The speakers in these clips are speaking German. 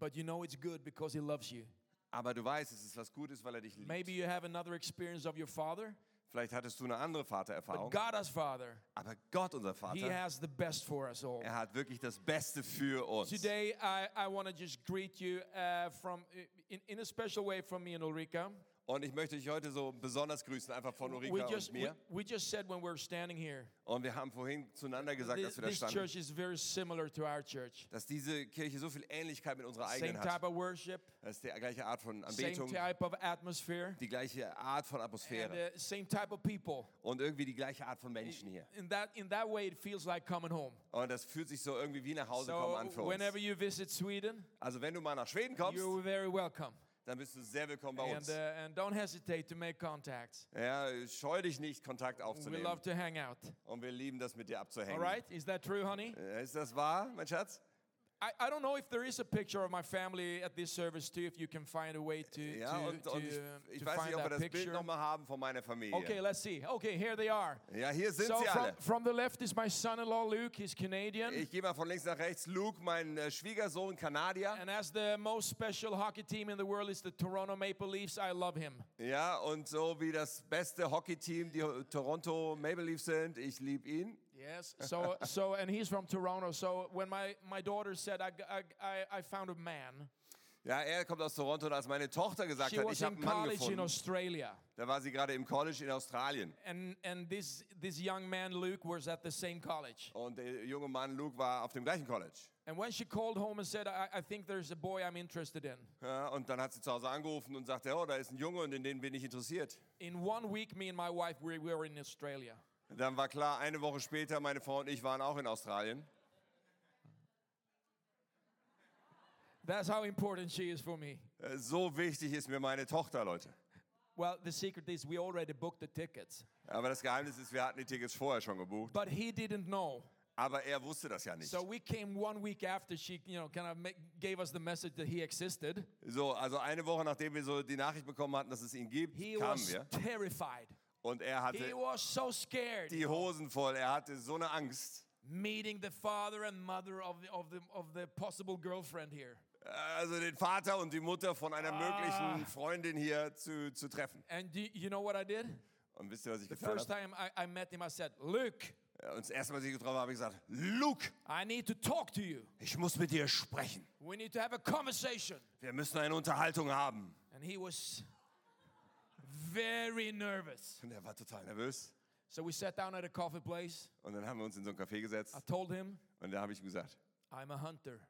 but you know it's good because he loves you. Aber du weißt, es ist was Gutes, weil er dich liebt. Maybe you have another experience of your father, Vielleicht hattest du eine andere but Vatererfahrung. God as Father, Aber Gott, unser He Vater, has the best for us all. er hat wirklich das Beste für uns. Today, I, I want to just greet you uh, from in, in a special way from me and Ulrika. Und ich möchte dich heute so besonders grüßen, einfach von We Ulrika und just, we, mir. we just said when we we're standing here, Und wir haben vorhin zueinander gesagt, this, dass wir da this standen, church is very similar to our church. dass diese Kirche so viel Ähnlichkeit mit unserer Same eigenen type hat. of worship, Das ist die gleiche Art von same Anbetung, type of atmosphere, die gleiche Art von and Atmosphäre uh, same type of people. und irgendwie die gleiche Art von Menschen hier. In that, in that way, it feels like coming home. Und das fühlt sich so irgendwie wie nach Hause kommen an für So, whenever uns. you visit Sweden, Also wenn du mal nach Schweden kommst, you're very welcome. dann bist du sehr willkommen bei And, uns. uh, and don't hesitate to make contacts. Ja, scheu dich nicht, Kontakt We aufzunehmen. love to hang out. Und wir lieben das, mit dir All abzuhängen. right? Is that true, honey? Äh, Ist das wahr, mein Schatz? I, I don't know if there is a picture of my family at this service too, if you can find a way to, Ja, to, und, und ich, to, ich to weiß find nicht, ob wir that das Bild picture. nochmal haben von meiner Familie. okay, let's see. Okay, here they are. Ja, hier sind So sie from, alle. from the left is my son-in-law Luke, he's Canadian. Ich gehe mal von links nach rechts. Luke, mein äh, Schwiegersohn, Kanadier. and as the most special hockey team in the world is the Toronto Maple Leafs, I love him. Ja, und so wie das beste Hockeyteam, die Toronto Maple Leafs sind, ich liebe ihn. Yes. So, so, and he's from Toronto. So when my, my daughter said, I, I, I, I found a man, Ja, er kommt aus Toronto und als meine Tochter gesagt she hat, was ich habe in einen Mann college in gefunden, Australia. da war sie gerade im College in Australien. And, and this, this young man, Luke, was at the same college. Und der junge Mann Luke war auf dem gleichen College. And when she called home and said, I, I think there's a boy I'm interested in, Ja, und dann hat sie zu Hause angerufen und sagte, oh, da ist ein Junge und in den bin ich interessiert. in one week, me and my wife, we were in Australia. Dann war klar, eine Woche später, meine Frau und ich waren auch in Australien. That's how important she is for me. Äh, So wichtig ist mir meine Tochter, Leute. Well, the secret is we already booked the tickets. Aber das Geheimnis ist, wir hatten die Tickets vorher schon gebucht. But he didn't know. Aber er wusste das ja nicht. So we came one week after she, you know, kind of make, gave us the message that he existed. So, also eine Woche nachdem wir so die Nachricht bekommen hatten, dass es ihn gibt, He kamen was wir. terrified. Und er He hatte was so scared. die Hosen voll. Er hatte so eine Angst. Meeting the father and mother of the, of the, of the possible girlfriend here. Äh, Also den Vater und die Mutter von einer Ah. möglichen Freundin hier zu, zu treffen. And do, you know what I did? Und wisst ihr, was ich getan First habe? time I, I met him, I said, Luke, Äh, Und das erste Mal, als ich ihn getroffen habe, habe ich gesagt, Luke, I need to talk to you. ich muss mit dir sprechen. We need to have a conversation. Wir müssen eine Unterhaltung haben. And he was very nervous. Und er war total nervös. So we sat down at a coffee place. Und dann haben wir uns in so ein Café I gesetzt told him, und da habe ich ihm gesagt, I'm a hunter.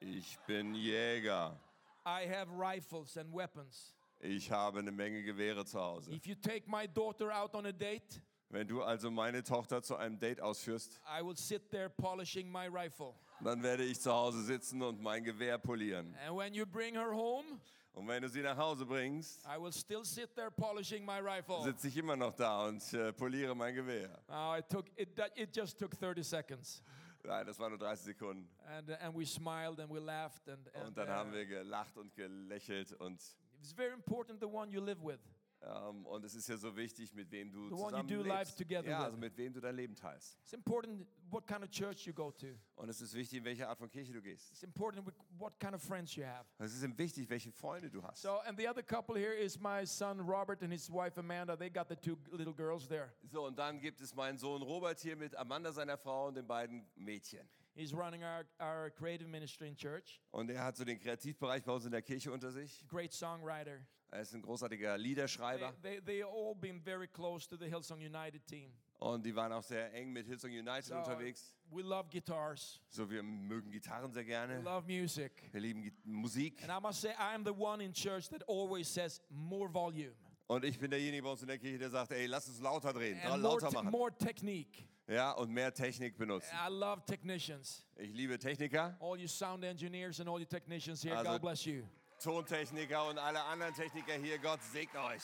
ich bin Jäger. I have rifles and weapons. Ich habe eine Menge Gewehre zu Hause. If you take my daughter out on a date, Wenn du also meine Tochter zu einem Date ausführst, I will sit there polishing my rifle. dann werde ich zu Hause sitzen und mein Gewehr polieren. And when you bring her home, Und wenn du sie nach Hause bringst, I will still sit there polishing my rifle. sitze ich immer noch da und äh, poliere mein Gewehr. Oh, it took it, that- it just took 30 seconds. Nein, das waren nur 30 Sekunden. And uh, and we smiled and we laughed and, Und and dann uh, haben wir gelacht und gelächelt und, it's very important the one you live with. ähm, und es ist ja so wichtig, mit wem du The one you zusammen do life lebst. together Ja, with. also mit wem du dein Leben teilst. It's important what kind of church you go to. Und es ist wichtig, in welche Art von Kirche du gehst. It's important with what kind of friends you have. Es ist ihm wichtig, welche Freunde du hast. So and the other couple here is my son Robert and his wife Amanda. They got the two little girls there. So, und dann gibt es meinen Sohn Robert hier mit Amanda, seiner Frau und den beiden Mädchen. He's running our, our creative ministry in church. Und er hat so den Kreativbereich bei uns in der Kirche unter sich. Great songwriter. Er ist ein großartiger They, Liederschreiber. they, they all been very close to the Hillsong United team. Und die waren auch sehr eng mit Hillsong United So, unterwegs. We love guitars, So, wir mögen Gitarren sehr we gerne. love music. Wir lieben Git- Musik. And I must say, I'm the one in church that always says more volume Und ich bin derjenige bei uns in der Kirche, der sagt, ey, lass uns lauter drehen, dra- and more, lauter te- machen. more technique. Ja, und mehr Technik benutzen. I love technicians. Ich liebe Techniker, All you sound engineers and all you technicians here, Also- God bless you. Tontechniker und alle anderen Techniker hier. Gott segne euch.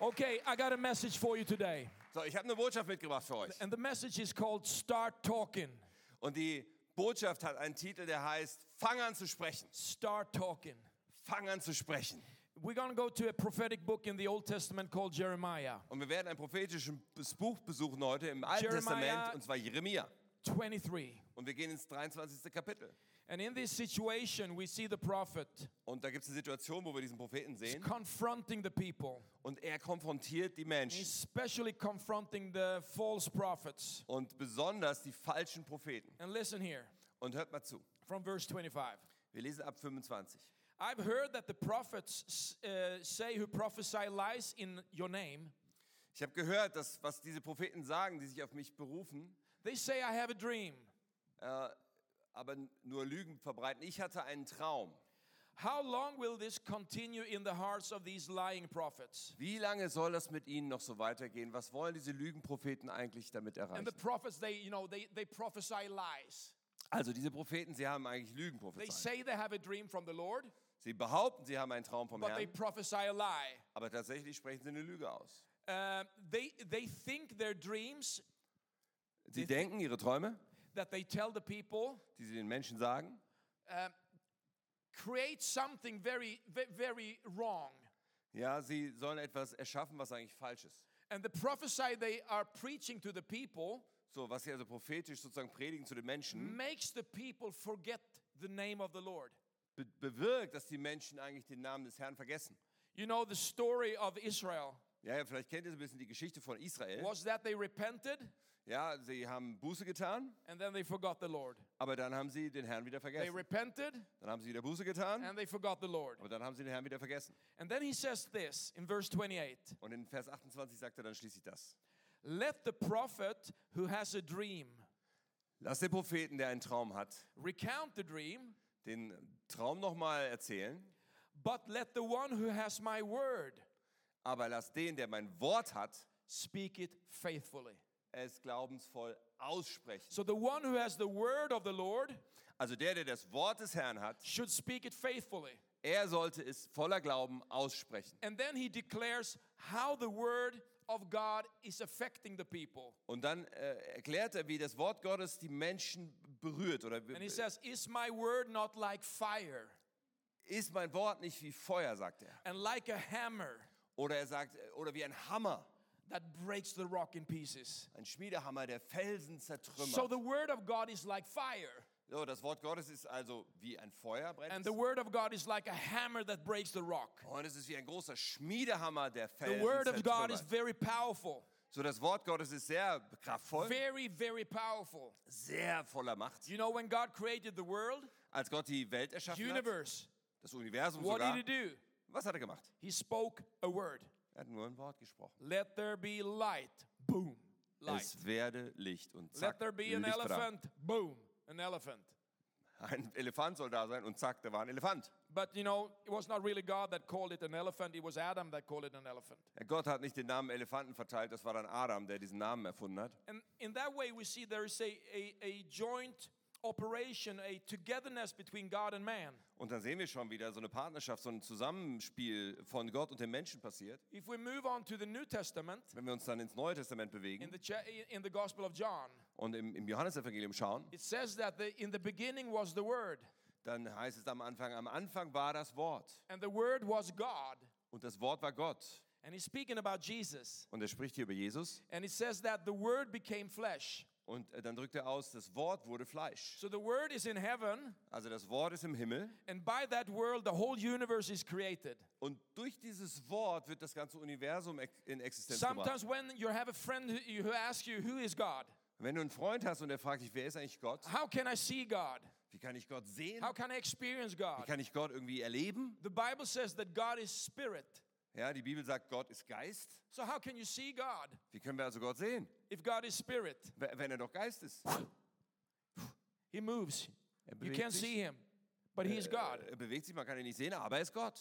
Okay, I got a message for you today. So, ich habe eine Botschaft mitgebracht für euch. And the message is called Start Talking. Und die Botschaft hat einen Titel, der heißt, fang an zu sprechen. Start Talking. Fang an zu sprechen. We're going to go to a prophetic book in the Old Testament called Jeremiah. Und wir werden ein prophetisches Buch besuchen heute im Alten Jeremiah- Testament, und zwar Jeremia. 23. Und wir gehen ins 23. Kapitel. And in this situation, we see the prophet Und da gibt es eine Situation, wo wir diesen Propheten sehen. confronting the people, Und er konfrontiert die Menschen. especially confronting the false prophets. Und besonders die falschen Propheten. And listen here Und hört mal zu. from verse 25. Wir lesen ab 25. I've heard that the prophets uh, say who prophesy lies in your name. Ich habe gehört, dass, was diese Propheten sagen, die sich auf mich berufen, They say, I have a dream. äh, aber nur Lügen verbreiten. Ich hatte einen Traum. How long will this continue in the hearts of these lying prophets? Wie lange soll das mit ihnen noch so weitergehen? Was wollen diese Lügenpropheten eigentlich damit And the erreichen? prophets, they, you know, they, they prophesy lies. Also diese Propheten, sie haben eigentlich Lügen They prophezeit. say they have a dream from the Lord, Sie behaupten, sie haben einen Traum vom but they Herrn, prophesy a lie. aber tatsächlich sprechen sie eine Lüge aus. Um, they, they think their dreams Sie denken ihre Träume, that they tell the people die sie den Menschen sagen, um, create something very, ve- very wrong. ja, sie sollen etwas erschaffen, was eigentlich falsch ist. And the prophesy they are preaching to the people So, was sie also prophetisch sozusagen predigen zu den Menschen, makes the people forget the name of the Lord. be bewirkt, dass die Menschen eigentlich den Namen des Herrn vergessen. You know, the story of Israel Ja, ja, vielleicht kennt ihr so ein bisschen die Geschichte von Israel. was that they repented Ja, sie haben Buße getan, and then they forgot the Lord. aber dann haben sie den Herrn wieder They vergessen. repented Dann haben sie wieder Buße getan, and they forgot the Lord. aber dann haben sie den Herrn wieder vergessen. And then he says this in verse 28 Und in Vers 28 sagt er dann schließlich das. Let the prophet who has a dream Lass den Propheten, der einen Traum hat, recount the dream, den Traum nochmal erzählen, but let the one who has my word aber lass den, der mein Wort hat, speak it faithfully. es glaubensvoll aussprechen. So the one who has the word of the Lord Also der, der das Wort des Herrn hat, should speak it faithfully. er sollte es voller Glauben aussprechen. And then he declares how the word of God is affecting the people. Und dann äh, erklärt er, wie das Wort Gottes die Menschen berührt. Oder And he says, Is my word not like fire ist mein Wort nicht wie Feuer, sagt er. and like a hammer Oder er sagt, äh, oder wie ein Hammer, that breaks the rock in pieces? ein Schmiedehammer, der Felsen zertrümmert. So the word of God is like fire, So, das Wort Gottes ist also wie ein Feuer, and brennt. the word of God is like a hammer that breaks the rock. Und es ist wie ein großer Schmiedehammer, der The Felsen word of God is zertrümmert. very powerful, So, das Wort Gottes ist sehr kraftvoll, very, very powerful. sehr voller Macht. You know, when God created the world, Als Gott die Welt erschaffen hat, universe, das Universum what did sogar, he do? was hat er gemacht? He spoke a word. Er hat nur ein Wort gesprochen. Let there be light. Boom. Light. Es werde Licht und zack, Let there be an Licht war da. elephant. Boom. An elephant. Ein Elefant soll da sein und zack, da war ein Elefant. But you know, it was not really God that called it an elephant, it was Adam that called it an elephant. Ja, Gott hat nicht den Namen Elefanten verteilt, das war dann Adam, der diesen Namen erfunden hat. And in that way, we see there is a, a, a joint operation, a togetherness between God and man. Und dann sehen wir schon wieder so eine Partnerschaft, so ein Zusammenspiel von Gott und dem Menschen passiert. If we move on to the New Testament, Wenn wir uns dann ins Neue Testament bewegen in the, cha- in the Gospel of John, und im, im Johannesevangelium schauen, it says that the, in the beginning was the Word, dann heißt es am Anfang, am Anfang war das Wort and the Word was God. und das Wort war Gott. And he's speaking about Jesus. Und er spricht hier über Jesus And it says that the Word became flesh. und äh, dann drückt er aus, das Wort wurde Fleisch. So the Word is in heaven, Also das Wort ist im Himmel and by that Word, the whole universe is created. und durch dieses Wort wird das ganze Universum ex- in Existenz gebracht. Sometimes when you have a friend who, you- who asks you, Who is God? Wenn du einen Freund hast und er fragt dich, wer ist eigentlich Gott? How can I see God? Wie kann ich Gott sehen? How can I experience Wie God? kann ich Gott irgendwie erleben? The Bible says that God is spirit. Ja, die Bibel sagt, Gott ist Geist. So how can you see God Wie können wir also Gott sehen, if God is spirit? we- wenn er doch Geist ist? He moves. Er You bewegt can't sich. see him, but he is God. Äh, Er bewegt sich, man kann ihn nicht sehen, aber er ist Gott.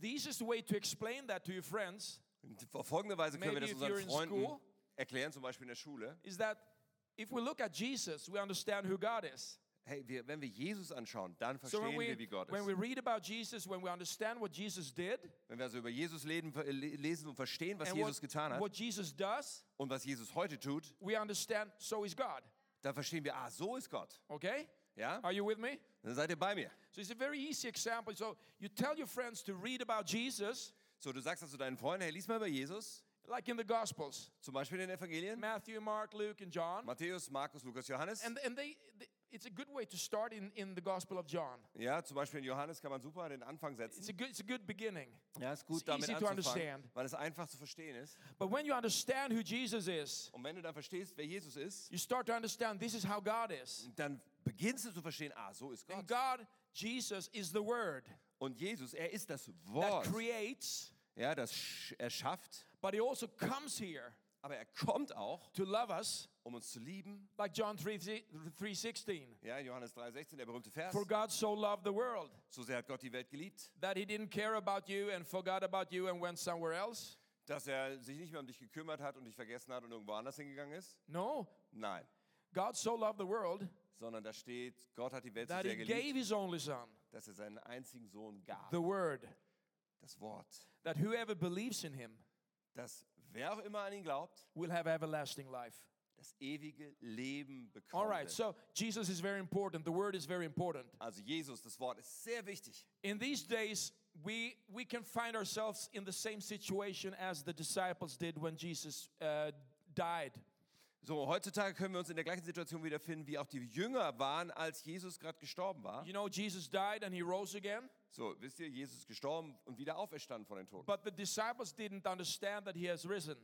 The easiest way to explain that to your friends Und Auf folgende Weise können wir Maybe das if you're unseren in Freunden school. erklären, zum Beispiel in der Schule. is that if we look at Jesus, we understand who God is. Hey, wir, wenn wir Jesus anschauen, dann So verstehen when we, wir, wie Gott when ist. we read about Jesus, when we understand what Jesus did Wenn wir also über Jesus leben, ver- le- lesen und verstehen, was and Jesus what, getan hat what Jesus does, und was Jesus heute tut, we understand so is God. dann verstehen wir, ah, so ist Gott. Okay? Ja? Are you with me? Dann seid ihr bei mir. So it's a very easy example. So you tell your friends to read about Jesus, So, du sagst also deinen Freunden, hey, lies mal über Jesus, like in the Gospels zum Beispiel in den Evangelien. Matthew, Mark, Luke, and John. Matthäus, Markus, Lukas, Johannes. And, and they, they, It's a good way to start in, in the Gospel of John. Ja, zum Beispiel in Johannes kann man super den Anfang It's setzen. a good, it's a good beginning. Ja, ist it's gut, damit easy to anzufangen, understand. weil es einfach zu verstehen ist. But when you understand who Jesus is, Und wenn du dann verstehst, wer Jesus ist, you start to understand this is how God is. dann beginnst du zu verstehen, ah, so ist And Gott. God, Jesus, is the Word Und Jesus, er ist das that Wort. creates, Ja, das sch- er schafft, but He also comes here aber er kommt auch, to love us, um uns zu lieben. like John 3 3:16. Ja, in Johannes 3,16, der berühmte Vers. For God so loved the world So sehr hat Gott die Welt geliebt, that He didn't care about you and forgot about you and went somewhere else. dass er sich nicht mehr um dich gekümmert hat und dich vergessen hat und irgendwo anders hingegangen ist. No, Nein, God so loved the world sondern da steht, Gott hat die Welt so that sehr He geliebt, gave His only Son, dass er seinen einzigen Sohn gab. the Word, Das Wort. that whoever believes in Him Dass wer auch immer an ihn glaubt, will have everlasting life. das ewige Leben bekommt. All right, so Jesus is very important. The word is very important. also Jesus, das Wort ist sehr wichtig. In these days, we we can find ourselves in the same situation as the disciples did when Jesus uh, died. So, heutzutage können wir uns in der gleichen Situation wiederfinden, wie auch die Jünger waren, als Jesus gerade gestorben war. You know, Jesus died and he rose again, So, wisst ihr, Jesus ist gestorben und wieder auferstanden von den Toten. but the disciples didn't understand that he has risen.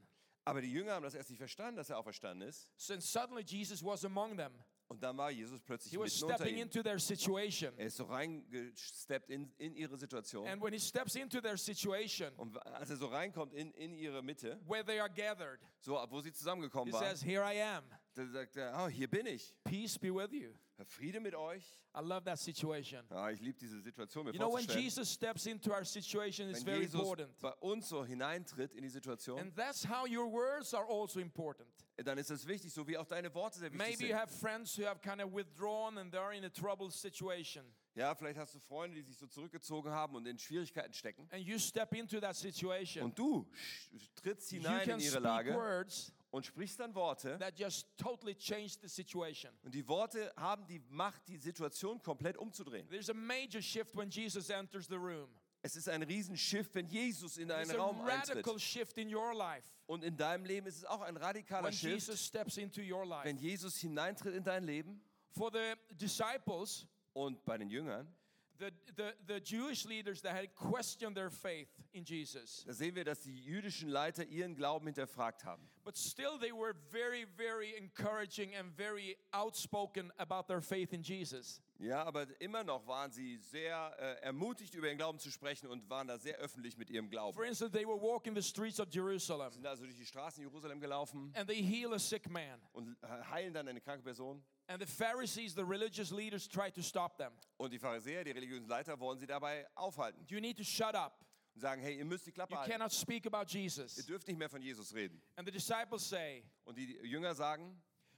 Aber die Jünger haben das erst nicht verstanden, dass er auferstanden ist. Since suddenly Jesus was among them, Und dann war Jesus plötzlich he was mitten unter stepping ihnen. into their situation. Er ist so reingesteppt in, in ihre Situation. And when he steps into their situation, Und als er so reinkommt in, in ihre Mitte, where they are gathered, so wo sie zusammengekommen he waren, says, "Here I am. da sagt er, oh, hier bin ich. Peace be with you." Friede mit euch. I love that situation. Ah, ich liebe diese Situation, mir You know, when vorzustellen. Jesus steps into our situation, it's wenn very Jesus important. bei uns so hineintritt in die Situation, And that's how your words are also important. dann ist das wichtig, so wie auch deine Worte sehr wichtig Maybe you sind. have friends who have kind of withdrawn and they're in a troubled situation. Ja, vielleicht hast du Freunde, die sich so zurückgezogen haben und in Schwierigkeiten stecken. And you step into that situation. Und du sch- trittst You hinein can in ihre speak Lage words und sprichst dann Worte. that just totally change the situation. Und die Worte haben die Macht, die Situation komplett umzudrehen. There's a major shift when Jesus enters the room. Es ist ein Riesenschiff, wenn Jesus in There's einen a Raum eintritt. radical shift in your life Und in deinem Leben ist es auch ein radikaler when Shift, Jesus steps into your life. wenn Jesus hineintritt in dein Leben. For the disciples, Und bei den Jüngern, the, the, the Jewish leaders that had questioned their faith in Jesus, da sehen wir, dass die jüdischen Leiter ihren Glauben hinterfragt haben. But still, they were very, very encouraging and very outspoken about their faith in Jesus. Ja, aber immer noch waren sie sehr äh, ermutigt, über ihren Glauben zu sprechen und waren da sehr öffentlich mit ihrem Glauben. For instance, they were walking the streets of Jerusalem sind also durch die Straßen Jerusalem gelaufen and they heal a sick man. und heilen dann eine kranke Person. And the Pharisees, the religious leaders, tried to stop them. Und die Pharisäer, die religiösen Leiter, wollen sie dabei aufhalten You need to shut up. und sagen, hey, ihr müsst die Klappe You halten. cannot speak about Ihr Jesus. dürft nicht mehr von Jesus reden. And the disciples say, Und die Jünger sagen,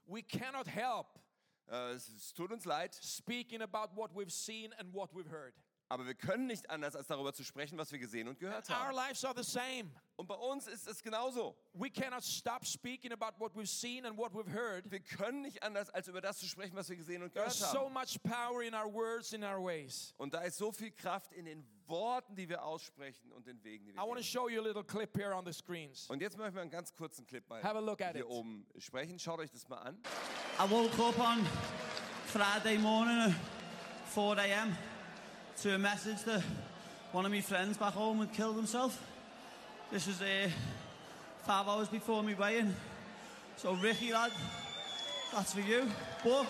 We cannot help äh, es, es tut uns leid, speaking about what we've seen and what we've heard. aber wir können nicht anders, als darüber zu sprechen, was wir gesehen und gehört Our haben. lives are the same. Und bei uns ist es genauso. We cannot stop speaking about what we've seen and what we've heard. Wir können nicht anders, als über das zu sprechen, was wir gesehen und There's gehört so haben. much power in our words, in our ways. Und da ist so viel Kraft in den Worten, die wir aussprechen und den Wegen, die I wir want to gehen. show you a little clip here on the screens. Und jetzt möchten wir einen ganz kurzen Clip mal Have a look at it. hier oben sprechen. Schaut euch das mal an. I woke up on Friday morning at 4 a.m. to a message that one of my friends back home had killed himself. This was uh, five hours before me weighing. So, Ricky, lad, that's for you. But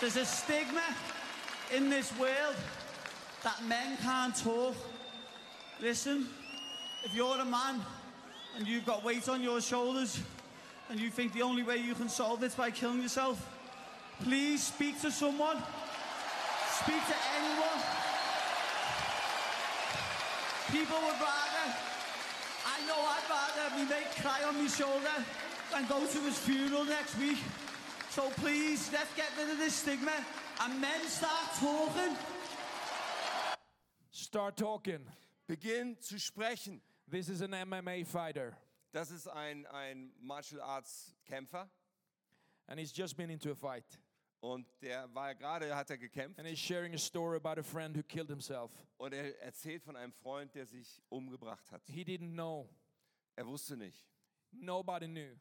there's a stigma in this world that men can't talk. Listen, if you're a man and you've got weight on your shoulders and you think the only way you can solve this by killing yourself, please speak to someone. Speak to anyone. People would rather, I know I'd rather be made cry on my shoulder than go to his funeral next week. So please, let's get rid of this stigma and men start talking. Start talking. Beginn zu sprechen. This is an MMA fighter, Das ist ein, ein Martial Arts Kämpfer and he's just been into a fight. und der war gerade, hat er gekämpft And he's sharing a story about a friend who killed himself. und er erzählt von einem Freund, der sich umgebracht hat. He didn't know, Er wusste nicht. nobody knew.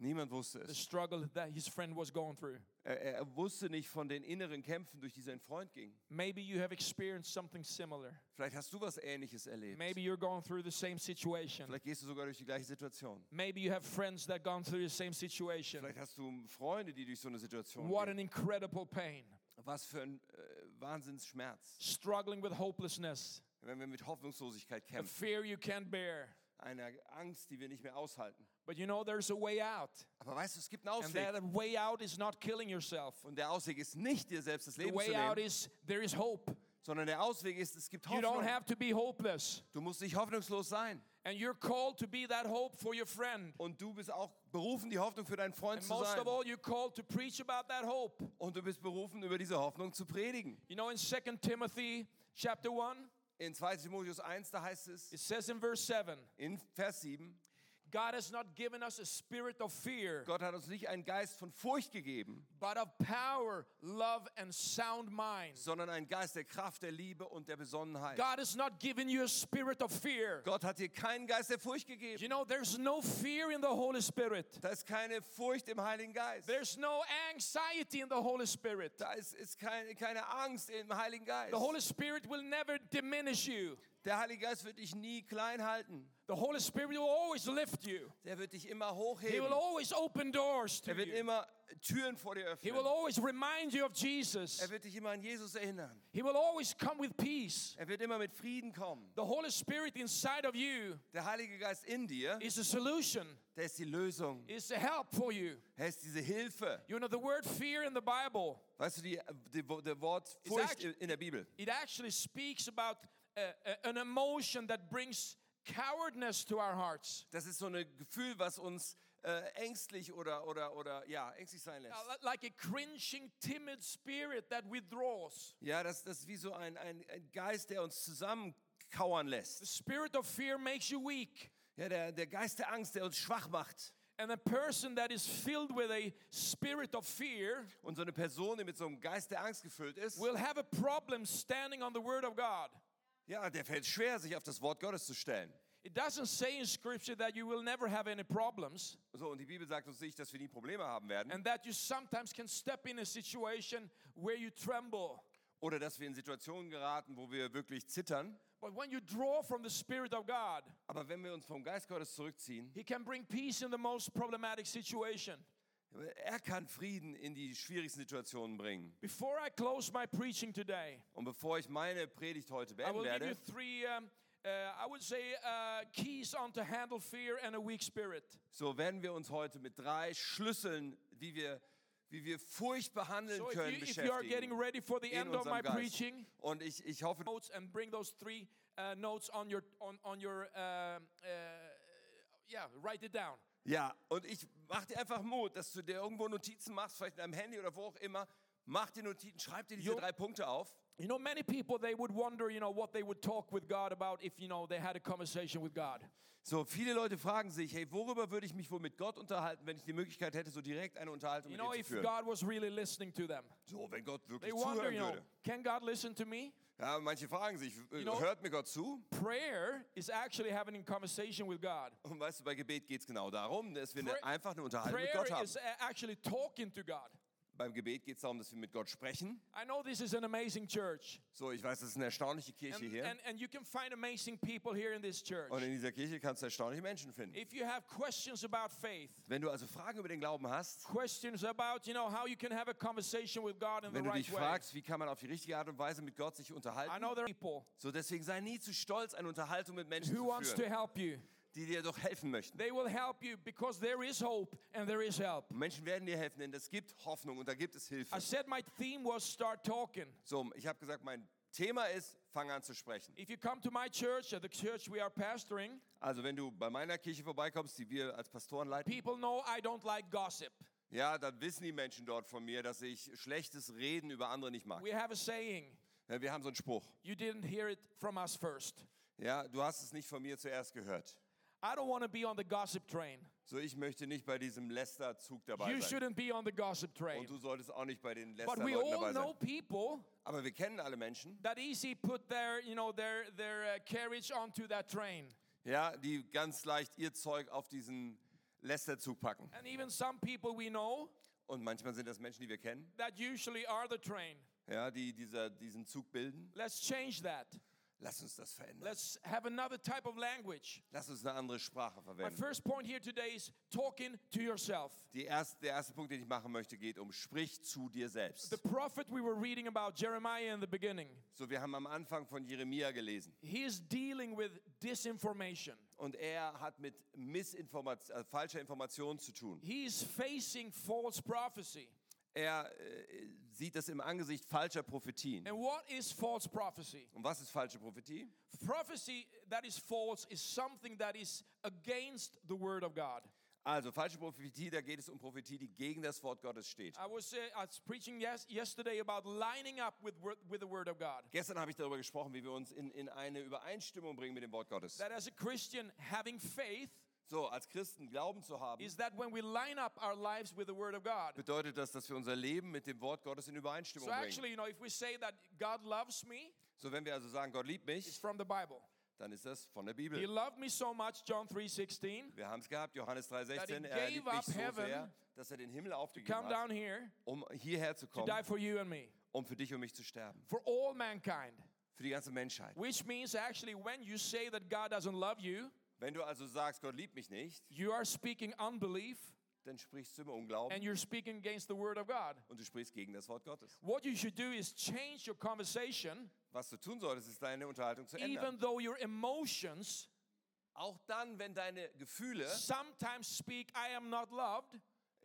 Niemand wusste the es. struggle that his friend was going through. Er, er wusste nicht von den inneren Kämpfen, durch die sein Freund ging. Maybe you have experienced something similar. Vielleicht hast du was Ähnliches erlebt. Maybe you're going through the same situation. Vielleicht gehst du sogar durch die gleiche Situation. Maybe you have friends that gone through the same situation. Vielleicht hast du Freunde, die durch so eine Situation What gehen. an incredible pain. Was für ein äh, Wahnsinnsschmerz. Struggling with hopelessness, Wenn wir mit Hoffnungslosigkeit a kämpfen. fear you can't bear. Einer Angst, die wir nicht mehr aushalten. But you know there's a way out. Aber weißt du, es gibt einen And Ausweg. that way out is not killing yourself. Und der Ausweg ist nicht, dir selbst das The Leben zu way out nehmen, is there is hope. sondern der Ausweg ist, es gibt You don't Hoffnung. have to be hopeless. Du musst nicht hoffnungslos sein. And you're called to be that hope for your friend. Und du bist auch berufen, die Hoffnung für deinen Freund And zu most sein. of all, you're called to preach about that hope. Und du bist berufen, über diese Hoffnung zu predigen. You know, in 2 Timothy chapter 1, In 2 Timotheus 1, da heißt es it says in verse 7 in Vers 7, God has not given us a spirit of fear, Gott hat uns nicht einen Geist von Furcht gegeben, but of power, love, and sound mind. sondern einen Geist der Kraft, der Liebe und der Besonnenheit. God has not given you a spirit of fear. Gott hat dir keinen Geist der Furcht gegeben. You know, there's no fear in the Holy Spirit. Da ist keine Furcht im Heiligen Geist. There's no anxiety in the Holy Spirit. Da ist, ist keine, keine Angst im Heiligen Geist. The Holy Spirit will never diminish you. Der Heilige Geist wird dich nie klein halten. The Holy Spirit will always lift you. Der wird dich immer He will hochheben. always open doors to Er wird you. immer Türen vor dir He will öffnen. always remind you of Jesus. Er wird dich immer an Jesus erinnern. He will always come with peace. Er wird immer mit Frieden kommen. The Holy Spirit inside of you Der Heilige Geist in dir, is a solution, der ist die Lösung. is a help for you. Er ist diese Hilfe. You know, the word fear in the Bible, Weißt du, die, die, der Wort Furcht actually- in der Bibel, it actually speaks about uh, uh, an emotion that brings cowardness to our hearts. das ist so ein Gefühl, was uns äh, ängstlich oder, oder, oder ja, ängstlich sein lässt. Uh, li- Like a cringing, timid spirit that withdraws. Ja, das, das ist wie so ein, ein, ein Geist, der uns zusammenkauern The lässt. spirit of fear makes you weak. Ja, der, der Geist der Angst, der uns schwach macht. And a person that is filled with a spirit of fear Und so eine Person, die mit so einem Geist der Angst gefüllt ist, will have a problem standing on the Word of God. ja, der fällt schwer, sich auf das Wort Gottes zu stellen. It doesn't say in Scripture that you will never have any problems So, und die Bibel sagt uns nicht, dass wir nie Probleme haben werden and that you sometimes can step in a situation where you tremble. oder dass wir in Situationen geraten, wo wir wirklich zittern. But when you draw from the Spirit of God, Aber wenn wir uns vom Geist Gottes zurückziehen, He can bring peace in the most problematic situation. er kann Frieden in die schwierigsten Situationen bringen. Before I close my preaching today, Und bevor ich meine Predigt heute I beenden will give you werde, three, um, uh, I would say, uh, keys on to handle fear and a weak spirit. so werden wir uns heute mit drei Schlüsseln, wie wir, wie wir Furcht behandeln So if können, you, if you are getting beschäftigen. ready for the In end of my unserem Geist. preaching, Und ich, ich hoffe, notes and bring those three uh, notes on your on on your um, uh, yeah write it down ja, und ich mach dir einfach Mut, dass du dir irgendwo Notizen machst, vielleicht in deinem Handy oder wo auch immer. Mach dir Notizen, schreib dir diese Jo. drei Punkte auf. you know many people they would wonder you know what they would talk with god about if you know they had a conversation with god So, viele Leute fragen sich, hey, worüber würde ich mich wohl mit Gott unterhalten, wenn ich die Möglichkeit hätte, so direkt eine Unterhaltung you mit know ihm if zu führen? god was really listening to them So, wenn Gott they wirklich wonder zuhören you know würde. can god listen to me Ja, manche fragen sich, äh, know- hört mir Gott zu? prayer is actually having a conversation with god Und weißt du, bei Gebet geht es genau darum, dass wir Pray- eine, einfach eine Unterhaltung mit prayer Gott haben. is a- actually talking to god Beim Gebet geht es darum, dass wir mit Gott sprechen. i know this is an amazing church So, ich weiß, das ist eine erstaunliche Kirche and, hier. and, and you can find amazing people here in this church und in dieser Kirche kannst du erstaunliche Menschen finden. if you have questions about faith Wenn du also Fragen über den Glauben hast, questions about you know how you can have a conversation with God in wenn the du right dich way. fragst, wie kann man auf die richtige Art und Weise mit Gott sich I unterhalten, know there are people so deswegen sei nie zu stolz, eine Unterhaltung mit Menschen who zu wants to führen, help you. die dir doch helfen möchten. They will help you because there is hope and there is help. Menschen werden dir helfen, denn es gibt Hoffnung und da gibt es Hilfe. I said my theme was start talking. So, ich habe gesagt, mein Thema ist, fang an zu sprechen. If you come to my church, at the church we are pastoring, Also, wenn du bei meiner Kirche vorbeikommst, die wir als Pastoren leiten, people know I don't like gossip. Ja, dann wissen die Menschen dort von mir, dass ich schlechtes Reden über andere nicht mag. We have a saying, Ja, wir haben so einen Spruch. you didn't hear it from us first. Ja, du hast es nicht von mir zuerst gehört. I don't want to be on the gossip train. So, ich möchte nicht bei diesem Lästerzug dabei You sein. shouldn't be on the gossip train. Und du solltest auch nicht bei den But we Lästerleuten all dabei know sein. people Aber wir kennen alle Menschen, that easy put their, you know, their their uh, carriage onto that train. ja, die ganz leicht ihr Zeug auf diesen lässt der Zug packen. And even some people we know Und manchmal sind das Menschen, die wir kennen, that usually are the train. ja, die dieser, diesen Zug bilden. Let's change that. Lass uns das verändern. Let's have another type of language. Lass uns eine andere Sprache My verwenden. first point here today is talking to yourself. Die erste, der erste Punkt, den ich machen möchte, geht um sprich zu dir selbst. The prophet we were reading about, Jeremiah, in the beginning, So, wir haben am Anfang von Jeremia gelesen he is dealing with disinformation. und er hat mit Missinformation, äh, falscher Information zu tun. He is facing false prophecy. Er äh, sieht das im Angesicht falscher Prophetien. And what is false prophecy? Und was ist falsche Prophetie? Prophecy that is false is something that is against the word of God. Also falsche Prophetie, da geht es um Prophetie, die gegen das Wort Gottes steht. I was, uh, I was preaching yes, yesterday about lining up with, wor- with the word of God. Gestern habe ich darüber gesprochen, wie wir uns in, in eine Übereinstimmung bringen mit dem Wort Gottes. That as a Christian, having faith So, als Christen Glauben zu haben, is that when we line up our lives with the word of God. bedeutet das, dass wir unser Leben mit dem Wort Gottes in Übereinstimmung So bringen. actually, you know, if we say that God loves me, So, wenn wir also sagen, Gott liebt it's mich, from the Bible. dann ist das von der He Bibel. loved me so much, John 3:16, Wir haben es gehabt, Johannes That he 3,16. Er gave liebt up mich so heaven sehr, dass er den Himmel come aufgegeben hat, down here um hierher zu to kommen, die for you and me, um für dich und mich zu sterben. for all mankind. Für die ganze Menschheit. Which means actually when you say that God doesn't love you, Wenn du also sagst, Gott liebt mich nicht, you are speaking unbelief dann sprichst du im Unglauben and you're speaking against the word of God. und du sprichst gegen das Wort Gottes. What you should do is change your conversation Was du tun solltest, ist deine Unterhaltung zu ändern. even though your emotions Auch dann, wenn deine Gefühle sometimes speak I am not loved.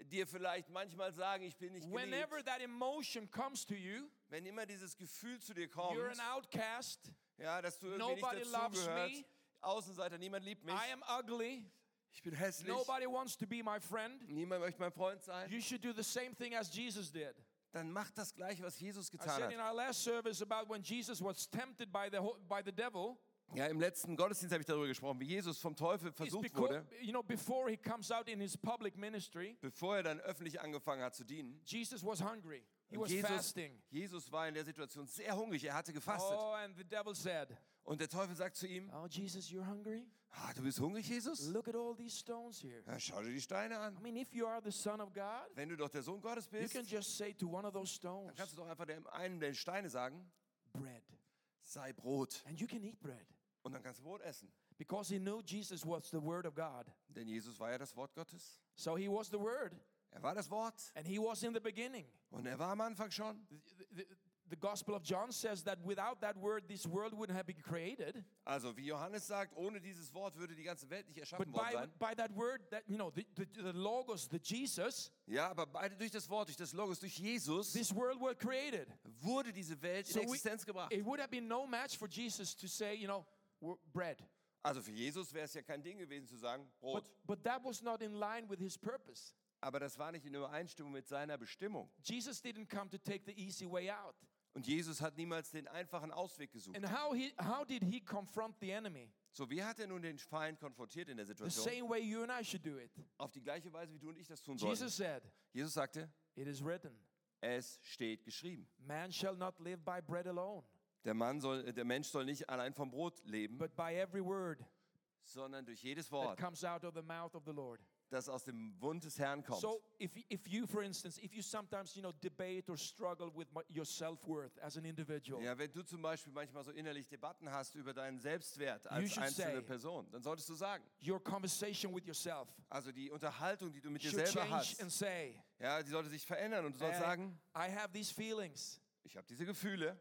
dir vielleicht manchmal sagen, ich bin nicht Whenever geliebt. that emotion comes to you, Wenn immer dieses Gefühl zu you're dir kommt, an outcast. ja, dass du irgendwie Nobody nicht loves dazugehörst, me. Außenseiter, niemand liebt mich, I am ugly. ich bin hässlich, Nobody wants to be my friend. niemand möchte mein Freund sein, You should do the same thing as Jesus did. dann mach das Gleiche, was Jesus I getan said in hat. our last service about when Jesus was tempted by the ho- by the devil. Ja, im letzten Gottesdienst habe ich darüber gesprochen, wie Jesus vom Teufel It's versucht because, wurde, you know, before he comes out in his public ministry, bevor er dann öffentlich angefangen hat zu dienen. Jesus was hungry. He was Jesus, fasting. Jesus war in der Situation sehr hungrig, er hatte gefastet. Oh, and the devil said, Und der Teufel sagt zu ihm, "Oh, Jesus, you're hungry. ah, du bist hungrig, Jesus? Look at all these stones here. Ja, schau dir die Steine I an. mean, if you are the Son of God, Wenn du doch der Sohn Gottes you bist, can just say to one of those stones, Dann kannst du doch einfach dem einen der Steine sagen, bread, sei Brot. and you can eat bread." Und dann kannst du Brot essen. Because he knew Jesus was the Word of God, Denn Jesus war ja das Wort Gottes. so he was the Word, Er war das Wort and he was in the beginning. und er war am Anfang schon. the, the- the Gospel of John says that without that word, this world wouldn't have been created. Also wie Johannes sagt, ohne dieses Wort würde die ganze Welt nicht But erschaffen worden by, sein. by that word, that you know, the, the, the logos, the Jesus, Ja, aber beide durch das Wort, durch das Logos, durch Jesus this world was created. wurde diese Welt in So we- Existenz gebracht. it would have been no match for Jesus to say, you know, "We're bread. Also für Jesus wäre es ja kein Ding gewesen zu sagen, Brot. But, but that was not in line with his purpose. Aber das war nicht in Übereinstimmung mit seiner Bestimmung. Jesus didn't come to take the easy way out. Und Jesus hat niemals den einfachen Ausweg gesucht. And how, he, how did he confront the enemy? So, wie hat er nun den Feind konfrontiert in der The Situation? same way you and I should do it. Auf die gleiche Weise, wie du und ich das tun sollten. Jesus said, Jesus sagte, It is written, es steht geschrieben. man shall not live by bread alone, Der, Mann soll, äh, der Mensch soll nicht allein vom Brot leben, but by every word sondern durch jedes that Wort, comes out of the mouth of the Lord. das aus dem Mund des Herrn kommt. So if, if you, for instance, if you sometimes, you know, debate or struggle with my, your self-worth as an individual, Ja, wenn du zum Beispiel manchmal so innerlich Debatten hast über deinen Selbstwert You als should einzelne say- Person, dann solltest du sagen, your conversation with yourself also die Unterhaltung, die du mit dir should selber change hast, and say, ja, die sollte sich verändern und du sollst "Eh, sagen, I have these feelings, ich habe diese Gefühle,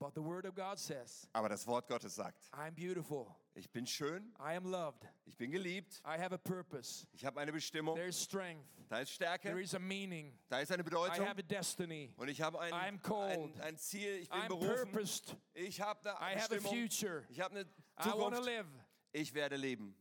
but the Word of God says, aber das Wort Gottes sagt, I'm beautiful, ich bin schön, I am loved, ich bin geliebt, I have a purpose, ich habe eine Bestimmung, there is strength, da ist there Stärke, is a meaning, da ist eine I Bedeutung have a destiny, und ich habe ein, I'm called. ein, ein Ziel, ich bin I'm berufen. purposed, Ich habe I eine have a Bestimmung. future. Ich habe eine I want to Zukunft. live. Ich werde leben.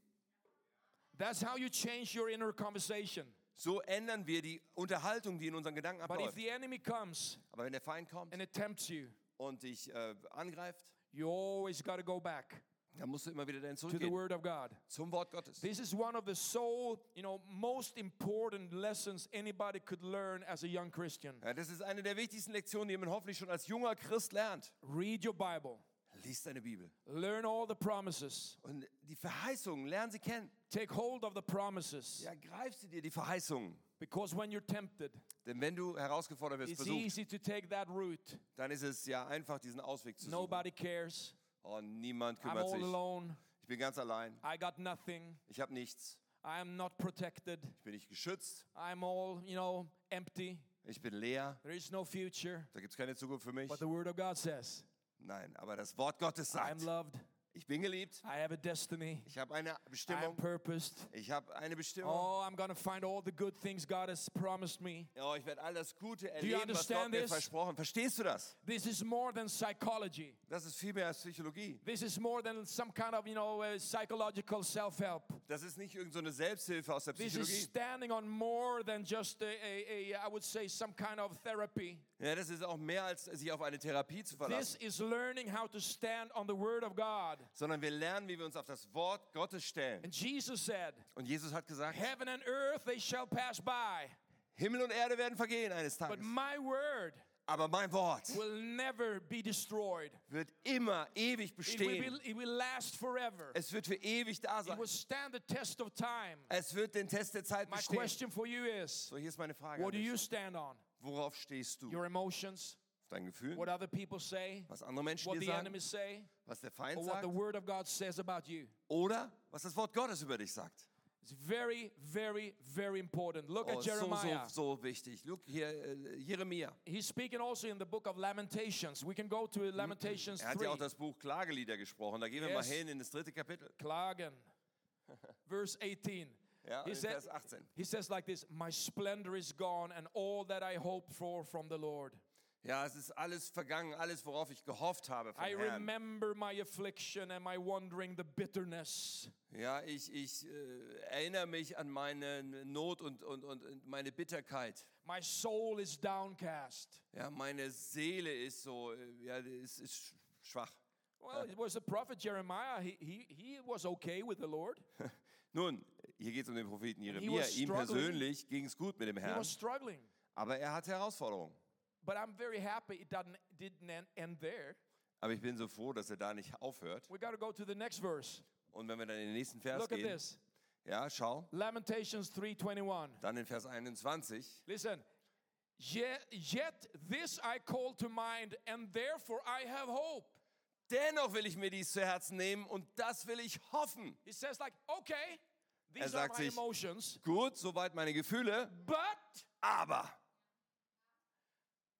That's how you change your inner conversation. So ändern wir die Unterhaltung, die in unseren Gedanken But if abläuft. the enemy comes Aber wenn der Feind kommt and attempts you, und dich äh, angreift, you always got to go back dann musst du immer wieder dahin to the zurückgehen. word of God. Zum Wort Gottes. This is one of the sole, you know, most important lessons anybody could learn as a young Christian. Ja, das ist eine der wichtigsten Lektionen, die man hoffentlich schon als junger Christ lernt. Read your Bible. Lies deine Bibel. Learn all the promises. Und die Verheißungen, lern sie kennen. Take hold of the promises. Ja, greif sie dir, die Verheißungen. Because when you're tempted, Denn wenn du herausgefordert wirst, it's versucht, easy to take that route. dann ist es ja einfach, diesen Ausweg zu suchen. Nobody cares. Oh, niemand I'm kümmert all sich. alone. Ich bin ganz allein. I got nothing. Ich habe nichts. I am not protected. Ich bin nicht geschützt. I'm all, you know, empty. Ich bin leer. There is no future. Da gibt es keine Zukunft für mich. But the Word of God says, Nein, aber das Wort Gottes I'm sagt, loved. ich bin geliebt. I have a destiny. Ich habe eine I'm Bestimmung. purposed. Ich habe eine Bestimmung. Oh, I'm going to find all the good things God has promised me. Oh, ich werde all das Gute you erleben, was Gott understand mir this? versprochen. Verstehst du das? This is more than psychology. Das ist viel mehr als Psychologie. This is more than some kind of, you know, uh, psychological self-help. Das ist nicht irgendeine so eine Selbsthilfe aus der This is Psychologie. standing on more than just a, a, a I would say some kind of therapy. Ja, das ist auch mehr als sich auf eine Therapie zu This verlassen, is learning how to stand on the word of God. sondern wir lernen, wie wir uns auf das Wort Gottes stellen. And Jesus said, Und Jesus hat gesagt, "Heaven and earth they shall pass by, Himmel und Erde werden vergehen eines but Tages, my word aber mein Wort will never be destroyed. wird immer ewig It will, bestehen. be, it will last forever. Es wird für ewig da It sein. will stand the test of time." Es wird den Test der Zeit My bestehen. question for you is, So, hier ist meine Frage. An what do you dich. stand on? Worauf stehst du? Your emotions, Auf dein Gefühl? what other people say, Was andere Menschen what dir the sagen? enemies say, Was der Feind or what sagt? the word of God says about you. Oder was das Wort Gottes über dich sagt? It's very, very, very important. Look Oh, at so, Jeremiah. so, so wichtig. Look hier, äh, Jeremia. He's speaking also in the book of Lamentations. We can go to Lamentations Er hat 3. ja auch das Buch Klagelieder gesprochen. Da gehen wir Yes. mal hin in das dritte Kapitel. Klagen. Verse 18. Ja, he, in said, Vers 18. he says like this, My splendor is gone and all that I hoped for from the Lord. Ja, es ist alles vergangen, alles, worauf ich gehofft habe vom I Herrn. remember my affliction and my wandering, the bitterness. Ja, ich, ich äh, erinnere mich an meine Not und, und, und, und meine Bitterkeit. My soul is downcast. Ja, meine Seele ist so, äh, ja, ist, ist schwach. Well, it was the prophet Jeremiah. He, he, he was okay with the Lord. Nun, hier geht es um den Propheten he Jeremia. was Ihm struggling. persönlich ging es gut mit dem He Herrn, was struggling. aber er hatte Herausforderungen. But I'm very happy it didn't, didn't end, end there. Aber ich bin so froh, dass er da nicht aufhört. We got to go to the next verse. Und wenn wir dann in den nächsten Vers Look at gehen, this. ja, schau, Lamentations 3:21. dann in Vers 21. Listen. Yet, yet this I call to mind and therefore I have hope. Dennoch will ich mir dies zu Herzen nehmen und das will ich hoffen. He says like, okay, these are sagt my sich- emotions, Gut, soweit meine Gefühle, but aber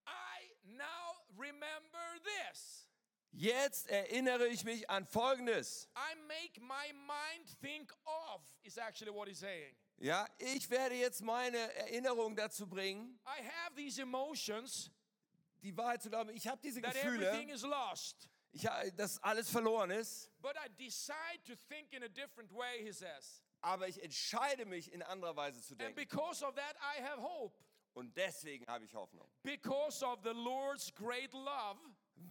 I now remember this. jetzt erinnere ich mich an Folgendes. I make my mind think of is actually what he's saying. Ja, ich werde jetzt meine Erinnerung dazu bringen, I have these emotions die Wahrheit zu glauben. Ich habe diese that everything Gefühle, is lost. ich, ha- dass alles verloren ist, But I decide to think in a different way, he says. aber ich entscheide mich, in anderer Weise zu And denken. because of that, I have hope. Und deswegen habe ich Hoffnung. Because of the Lord's great love,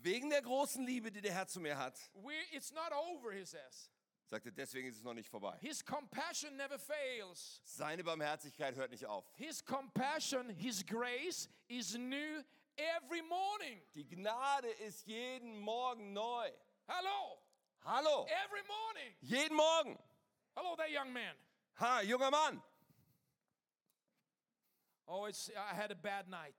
Wegen der großen Liebe, die der Herr zu mir hat, we, it's not over, he says. sagte, deswegen ist es noch nicht vorbei. His compassion never fails. Seine Barmherzigkeit hört nicht auf. His compassion, His grace is new every morning. Die Gnade ist jeden Morgen neu. Hello, Hallo, every morning. jeden Morgen. Hello there, young man. Ha, junger Mann. Oh, it's, I had a bad night.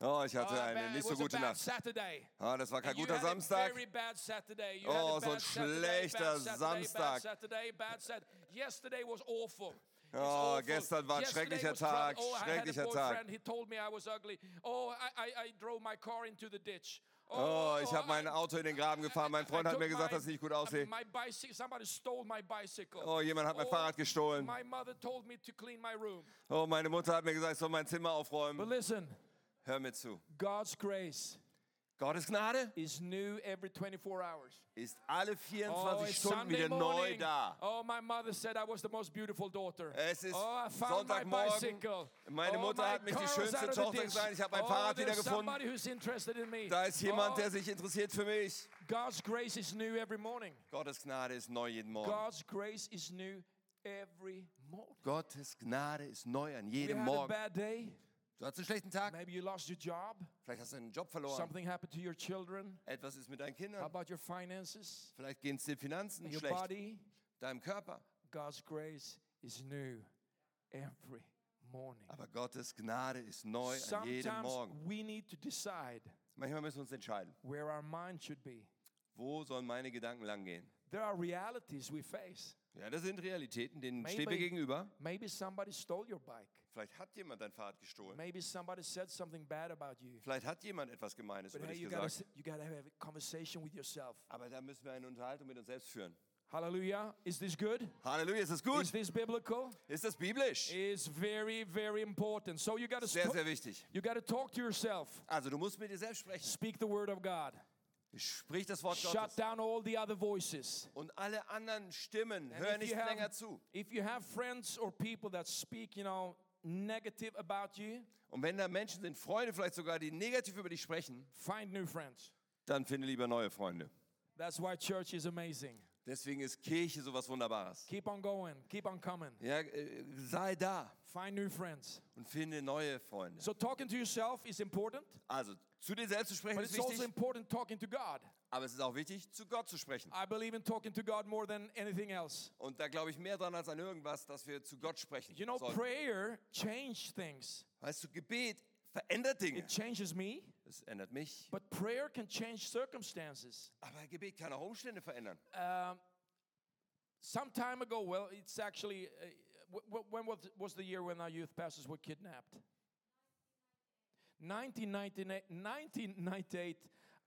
Oh, ich Oh, hatte a bad- eine it nicht so was a gute bad Nacht. Saturday. Ah, das war kein And you guter had a Samstag. Very bad Saturday. You Oh, had a so ein bad Saturday, schlechter bad Saturday, Samstag. Bad Saturday, bad Sat- Yesterday was awful. It's Oh, awful. gestern war ein Yesterday schrecklicher was trouble. Tag, Oh, I had a schrecklicher boyfriend. He told me I was ugly. Oh, I, I, I drove my car into the ditch. Oh, ich habe I- mein Auto in den Graben gefahren. Mein Freund I hat mir took gesagt, my- dass ich nicht gut aussehe. My bicycle, somebody stole my bicycle. Oh, jemand hat mein Fahrrad gestohlen. My mother told me to clean my room. Oh, meine Mutter hat mir gesagt, ich soll mein Zimmer But aufräumen. listen, Hör mir zu. God's grace Gottes Gnade is new every 24 hours. ist alle Oh, 24 it's Stunden Sunday wieder neu morning. da. Oh, my mother said I was the most beautiful daughter. Es ist oh, I found my Sonntagmorgen. bicycle. Meine oh, Mutter my hat mich die car was schönste out of the Tochter ditch. gesagt. Ich hab mein oh, Fahrrad there's wiedergefunden. Somebody who's interested in me. Da ist jemand, oh, der sich interessiert für mich. God's grace is new every morning. Gottes Gnade ist neu jeden Morgen. God's grace is new every morning. Gottes Gnade ist neu an We jedem had a Morgen. bad day. Du hattest einen schlechten Tag, Maybe you lost your job. vielleicht hast du einen Job verloren, Something happened to your children. etwas ist mit deinen How Kindern, about your finances? vielleicht gehen es den Finanzen Your schlecht, body? deinem Körper. God's grace is new every morning. Aber Gottes Gnade ist neu an jedem Sometimes er Morgen. we need to decide Manchmal müssen wir uns entscheiden, where our mind should be. wo sollen meine Gedanken langgehen? There are realities we face. Ja, das sind Realitäten, denen stehen wir Maybe- gegenüber. Maybe somebody stole your bike. Vielleicht hat jemand dein Fahrrad gestohlen. Maybe somebody said something bad about you. Vielleicht hat jemand etwas Gemeines But über hey, dich you gotta, gesagt. s- you gotta have a conversation with yourself. Aber da müssen wir eine Unterhaltung mit uns selbst führen. Hallelujah. Is this good? Halleluja, ist das Is gut? this biblical? Ist das biblisch? It's very, very important. So you gotta Sehr, sto- sehr wichtig. you gotta talk to yourself. Also, du musst mit dir selbst sprechen. Speak the word of God. Sprich das Wort Shut Gottes. down all the other voices. Und alle anderen Stimmen, And hör if nicht you have- länger zu. If you have friends or people that speak, you know, negative about you, Und wenn da Menschen sind, Freunde vielleicht sogar, die negativ über dich sprechen, find new friends. dann finde lieber neue Freunde. That's why church is amazing. Deswegen ist Kirche sowas Wunderbares. Keep on going, keep on coming. Ja, äh, sei da Find new friends. und finde neue Freunde. So talking to yourself is important, Also, zu dir selbst zu sprechen but ist it's also wichtig, important talking to God. aber es ist auch wichtig, zu Gott zu sprechen. I believe in talking to God more than anything else. Und da glaube ich mehr dran als an irgendwas, dass wir zu Gott sprechen You know, sollten. prayer changes things. Weißt du, Gebet verändert Dinge. It changes me, Es ändert mich. but prayer can change circumstances. Aber Gebet kann auch Umstände verändern. Um, some time ago, well, it's actually, uh, w- w- when was, was the year when our youth pastors were kidnapped? 1998, 1998,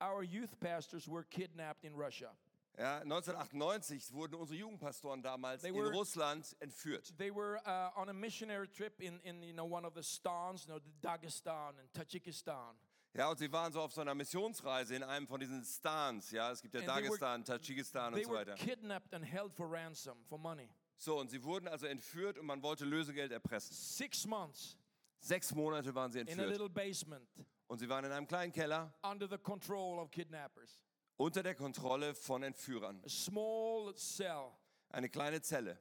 our youth pastors were kidnapped in Russia. Ja, 1998 wurden unsere Jugendpastoren damals They in were- Russland entführt. They were uh, on a missionary trip in, in you know, one of the stans, you know, the Dagestan and Tajikistan. Ja, und sie waren so auf so einer Missionsreise in einem von diesen Stans. Ja, es gibt ja And they were- Dagestan, Tadschikistan und They so were weiter. kidnapped and held for ransom for money. So, und sie wurden also entführt und man wollte Lösegeld erpressen. Six months Sechs Monate waren sie in a entführt little basement und sie waren in einem kleinen Keller under the control of kidnappers. unter der Kontrolle von Entführern. A small cell. Eine kleine Zelle.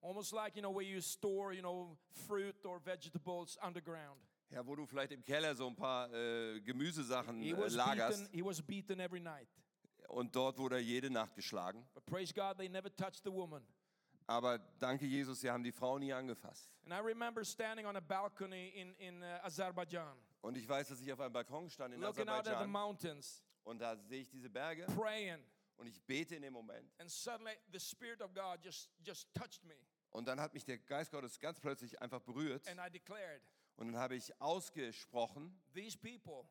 Almost like you know where you store you know fruit or vegetables underground. Ja, wo du vielleicht im Keller so ein paar äh, Gemüsesachen He äh, was beaten. lagerst. He was beaten every night. Und dort wurde er jede Nacht geschlagen. But praise God, they never touched the woman. Aber danke Jesus, sie haben die Frau nie angefasst. And I remember standing on a balcony in in uh, Azerbaijan, Und ich weiß, dass ich auf einem Balkon stand in looking out at the Aserbaidschan mountains, und da sehe ich diese Berge praying, und ich bete in dem Moment. and suddenly the Spirit of God just just touched me, Und dann hat mich der Geist Gottes ganz plötzlich einfach berührt and I declared, und dann habe ich ausgesprochen, "These people,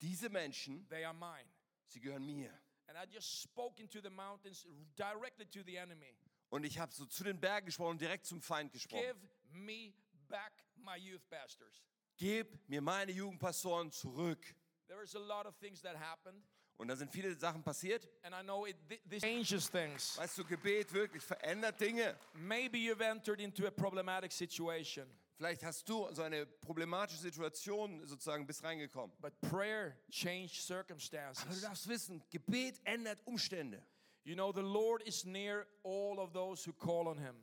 diese Menschen, they are mine." sie gehören mir. And I just spoke into the mountains directly to the enemy. Und ich habe so zu den Bergen gesprochen und direkt zum Feind gesprochen. Give me back my youth pastors. Gib mir meine Jugendpastoren zurück. There is a lot of things that happened, Und da sind viele Sachen passiert. and I know it thi- this changes things. Weißt du, Gebet wirklich verändert Dinge. Maybe you've entered into a problematic situation, Vielleicht hast du so eine problematische Situation sozusagen bis reingekommen. but prayer changed Aber du circumstances. darfst wissen, Gebet ändert Umstände. You know, the Lord is near all of those who call on Him.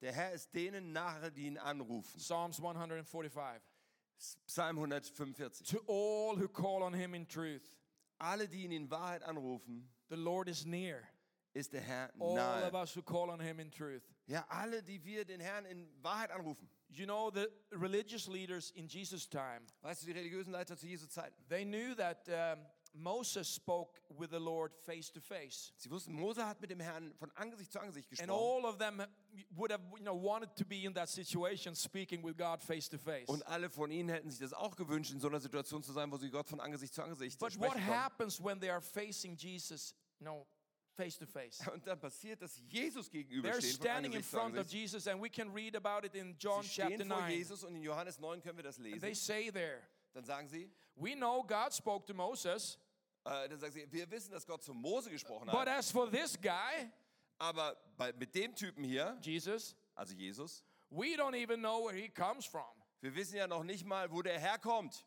Der Herr ist denen nahe, die ihn anrufen. Psalms 145. Psalm 145. To all who call on Him in truth, Alle, die ihn in Wahrheit anrufen, the Lord is near. ist der Herr All of nahe. us who call on Him in truth. Ja, alle, die wir den Herrn in Wahrheit anrufen. You know, the religious leaders in Jesus' time, Weißt du, die religiösen Leiter zu Jesu Zeiten. they knew that um, Moses spoke with the Lord face to face. Sie wussten, Mose hat mit dem Herrn von Angesicht zu Angesicht And gesprochen. all of them would have you know, wanted to be in that situation speaking with God face to face. Und alle von ihnen hätten sich das auch gewünscht, in so einer Situation zu sein, wo sie Gott von Angesicht zu Angesicht But what sprechen konnten. happens when they are facing Jesus, you know, face to face? Und dann passiert, dass sie Jesus They're gegenüberstehen von standing in Angesicht zu front of Angesicht. Jesus, and we can read about it in John Sie chapter stehen vor 9. Jesus und in Johannes 9 können wir das lesen. They say there, Dann sagen sie, We know God spoke to Moses, äh, dann sagen sie, wir wissen, dass Gott zu Mose gesprochen but hat, as for this guy, aber bei, mit dem Typen hier, Jesus, also Jesus, we don't even know where he comes from. wir wissen ja noch nicht mal, wo der herkommt.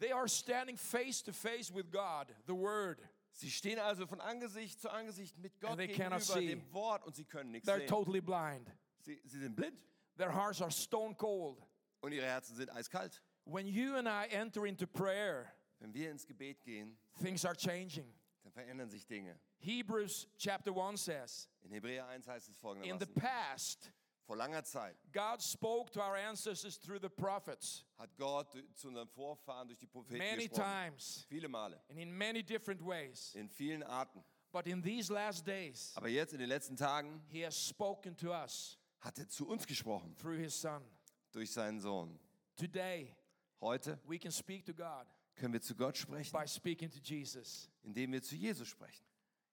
They are standing face to face with God, the Word. Sie stehen also von Angesicht zu Angesicht mit Gott And they gegenüber cannot see. dem Wort und sie können nichts They're sehen. totally blind. Sie, sie sind blind Their hearts are stone cold. und ihre Herzen sind eiskalt. When you and I enter into prayer, Wenn wir ins Gebet gehen, things are changing. dann verändern sich Dinge. Hebrews chapter 1 says, In Hebräer 1 heißt es In the folgendermaßen. past, Vor langer Zeit God spoke to our ancestors through the prophets hat Gott du- zu unseren Vorfahren durch die Propheten many gesprochen. times Viele Male. and in many different ways. In vielen Arten. But in these last days, Aber jetzt in den letzten Tagen He has spoken to us hat er zu uns gesprochen. through His Son. Durch seinen Sohn. Today, Heute we can speak to God können wir zu Gott sprechen, by speaking to Jesus. indem wir zu Jesus sprechen.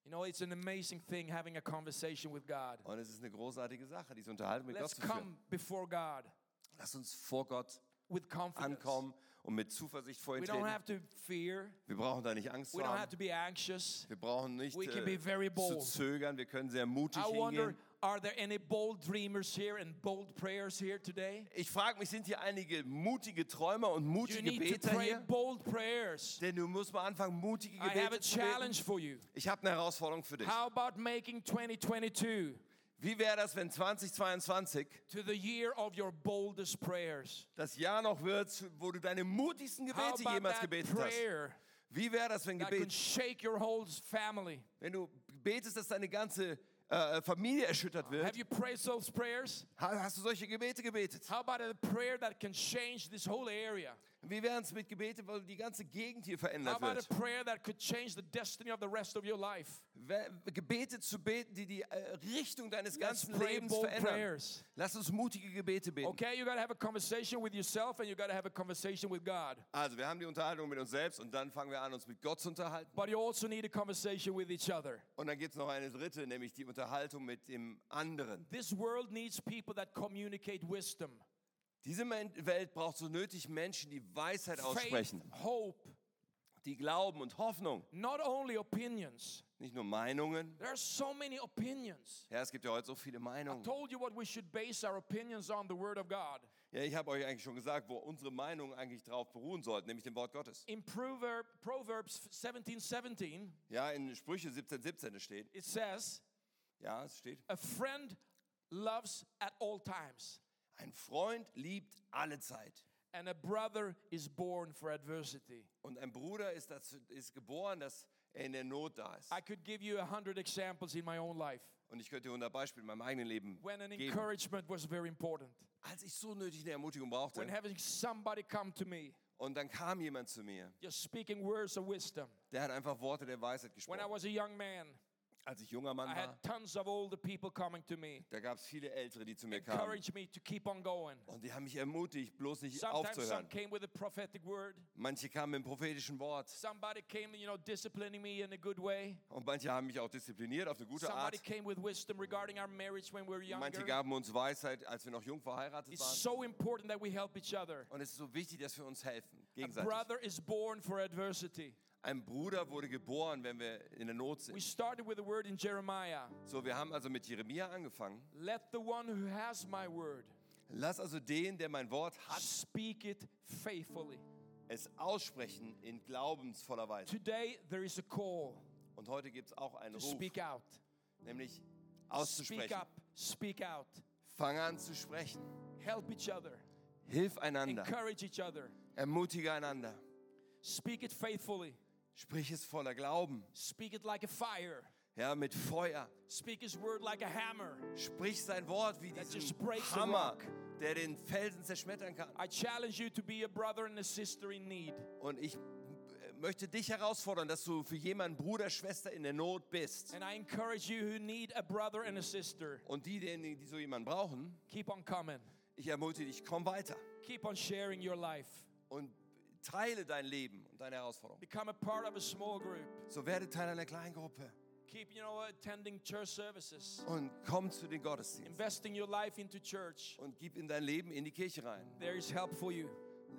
You know, it's an amazing thing having a conversation with God. Und es ist eine großartige Sache, diese Unterhaltung mit Let's Gott zu führen. come before God Lass uns vor Gott with confidence. ankommen und mit Zuversicht vor ihn We don't treten. have to fear. Wir brauchen da nicht Angst We zu don't have haben. to be anxious. Wir brauchen nicht We can be very äh, zu bold. zögern. Wir können sehr mutig I wonder, hingehen. are there any bold dreamers here and bold prayers here today? Ich frage mich, sind hier einige mutige Träumer und You mutige need to Beter pray hier? bold prayers. Denn du musst mal anfangen, mutige I have Gebete a zu beten. challenge for you. Ich habe eine Herausforderung für dich. How about making 2022 Wie wäre das, wenn 2022 to the year of your boldest prayers? das Jahr noch wird, wo du deine mutigsten How Gebete about jemals that gebetet hast? prayer Wie wäre das, wenn that can Gebet, shake your whole family? wenn du betest, dass deine ganze äh, Familie erschüttert Have wird? you prayed those prayers? Ha- Hast du solche Gebete gebetet? How about a prayer that can change this whole area? Wie wären es mit Gebeten, wo die ganze Gegend hier How verändert about a wird? prayer that could change the destiny of the rest of your life? Wer- Gebete zu beten, die die äh, Richtung deines Let's ganzen pray Lebens bold verändern. prayers. Lass uns mutige Gebete beten. Okay, you got to have a conversation with yourself and you got to have a conversation with God. Also, wir haben die Unterhaltung mit uns selbst und dann fangen wir an, uns mit Gott zu unterhalten. But you also need a conversation with each other. Und dann gibt es noch eine dritte, nämlich die Unterhaltung mit dem anderen. This world needs people that communicate wisdom, Diese Men- Welt braucht so nötig Menschen, die Weisheit faith, aussprechen, hope, die Glauben und Hoffnung, not only opinions. nicht nur Meinungen. There are so many opinions. Ja, es gibt ja heute so viele I Meinungen. told you what we should base our opinions on the Word of God. Ja, ich habe euch eigentlich schon gesagt, wo unsere Meinungen eigentlich drauf beruhen sollten, nämlich dem Wort Gottes. In Proverb, Proverbs 17 17, Ja, in Sprüche 17, 17 es steht. it says, Ja, es steht. A friend loves at all times, Ein Freund liebt alle Zeit. and a brother is born for adversity. Und ein Bruder ist, dazu, ist geboren, dass er in der Not da ist. I could give you a hundred examples in my own life Und ich könnte dir 100 Beispiele in meinem eigenen Leben when an geben. encouragement was very important, Als ich so nötig eine Ermutigung when brauchte having somebody come to me, und dann kam jemand zu mir, just speaking words of wisdom. der hat einfach Worte der Weisheit When I gesprochen. was a young man, Als ich junger I Mann had war, tons of older people coming to me, da gab es viele Ältere, die zu mir kamen. encouraged me to keep on going. Und die haben mich ermutigt, bloß nicht Sometimes some aufzuhören. came with a prophetic word. Manche kamen mit dem prophetischen Wort Somebody came, you know, disciplining me in a good way. und manche haben mich auch diszipliniert auf eine gute Somebody Art. came with wisdom regarding our marriage when we were Manche younger. gaben uns Weisheit, als wir noch jung verheiratet It's waren. so important that we help each other. Und es ist so wichtig, dass wir uns helfen, A gegenseitig. brother is born for adversity. Ein Bruder wurde geboren, wenn wir in der Not We sind. started with a word in Jeremiah. So, wir haben also mit Jeremia angefangen. Let the one who has my word Lass also den, der mein Wort hat, speak it faithfully. es aussprechen in glaubensvoller Weise. Today there is a call Und heute gibt es auch einen to Ruf, speak out. nämlich Speak auszusprechen. up, speak out. Fang an zu sprechen. Help each other, Hilf einander. encourage each other. Ermutige einander. Speak it faithfully. Sprich es voller Glauben. Speak it like a fire. Ja, mit Feuer. Speak his word like a hammer. Sprich sein Wort wie That diesen just breaks the Hammer, rock. der den Felsen zerschmettern kann. I challenge you to be a brother and a sister in need. Und ich äh, möchte dich herausfordern, dass du für jemanden Bruder, Schwester in der Not bist. And I encourage you who need a brother and a sister, Und diejenigen, die so jemanden brauchen, keep on coming. ich ermutige dich, komm weiter Keep on sharing your life. und teile dein Leben und deine Herausforderung. Become a part of a small group. So werde Teil einer Kleingruppe Keep, you know, attending church services. und komm zu den Gottesdiensten Investing your life into church. und gib in dein Leben in die Kirche rein. There is help for you.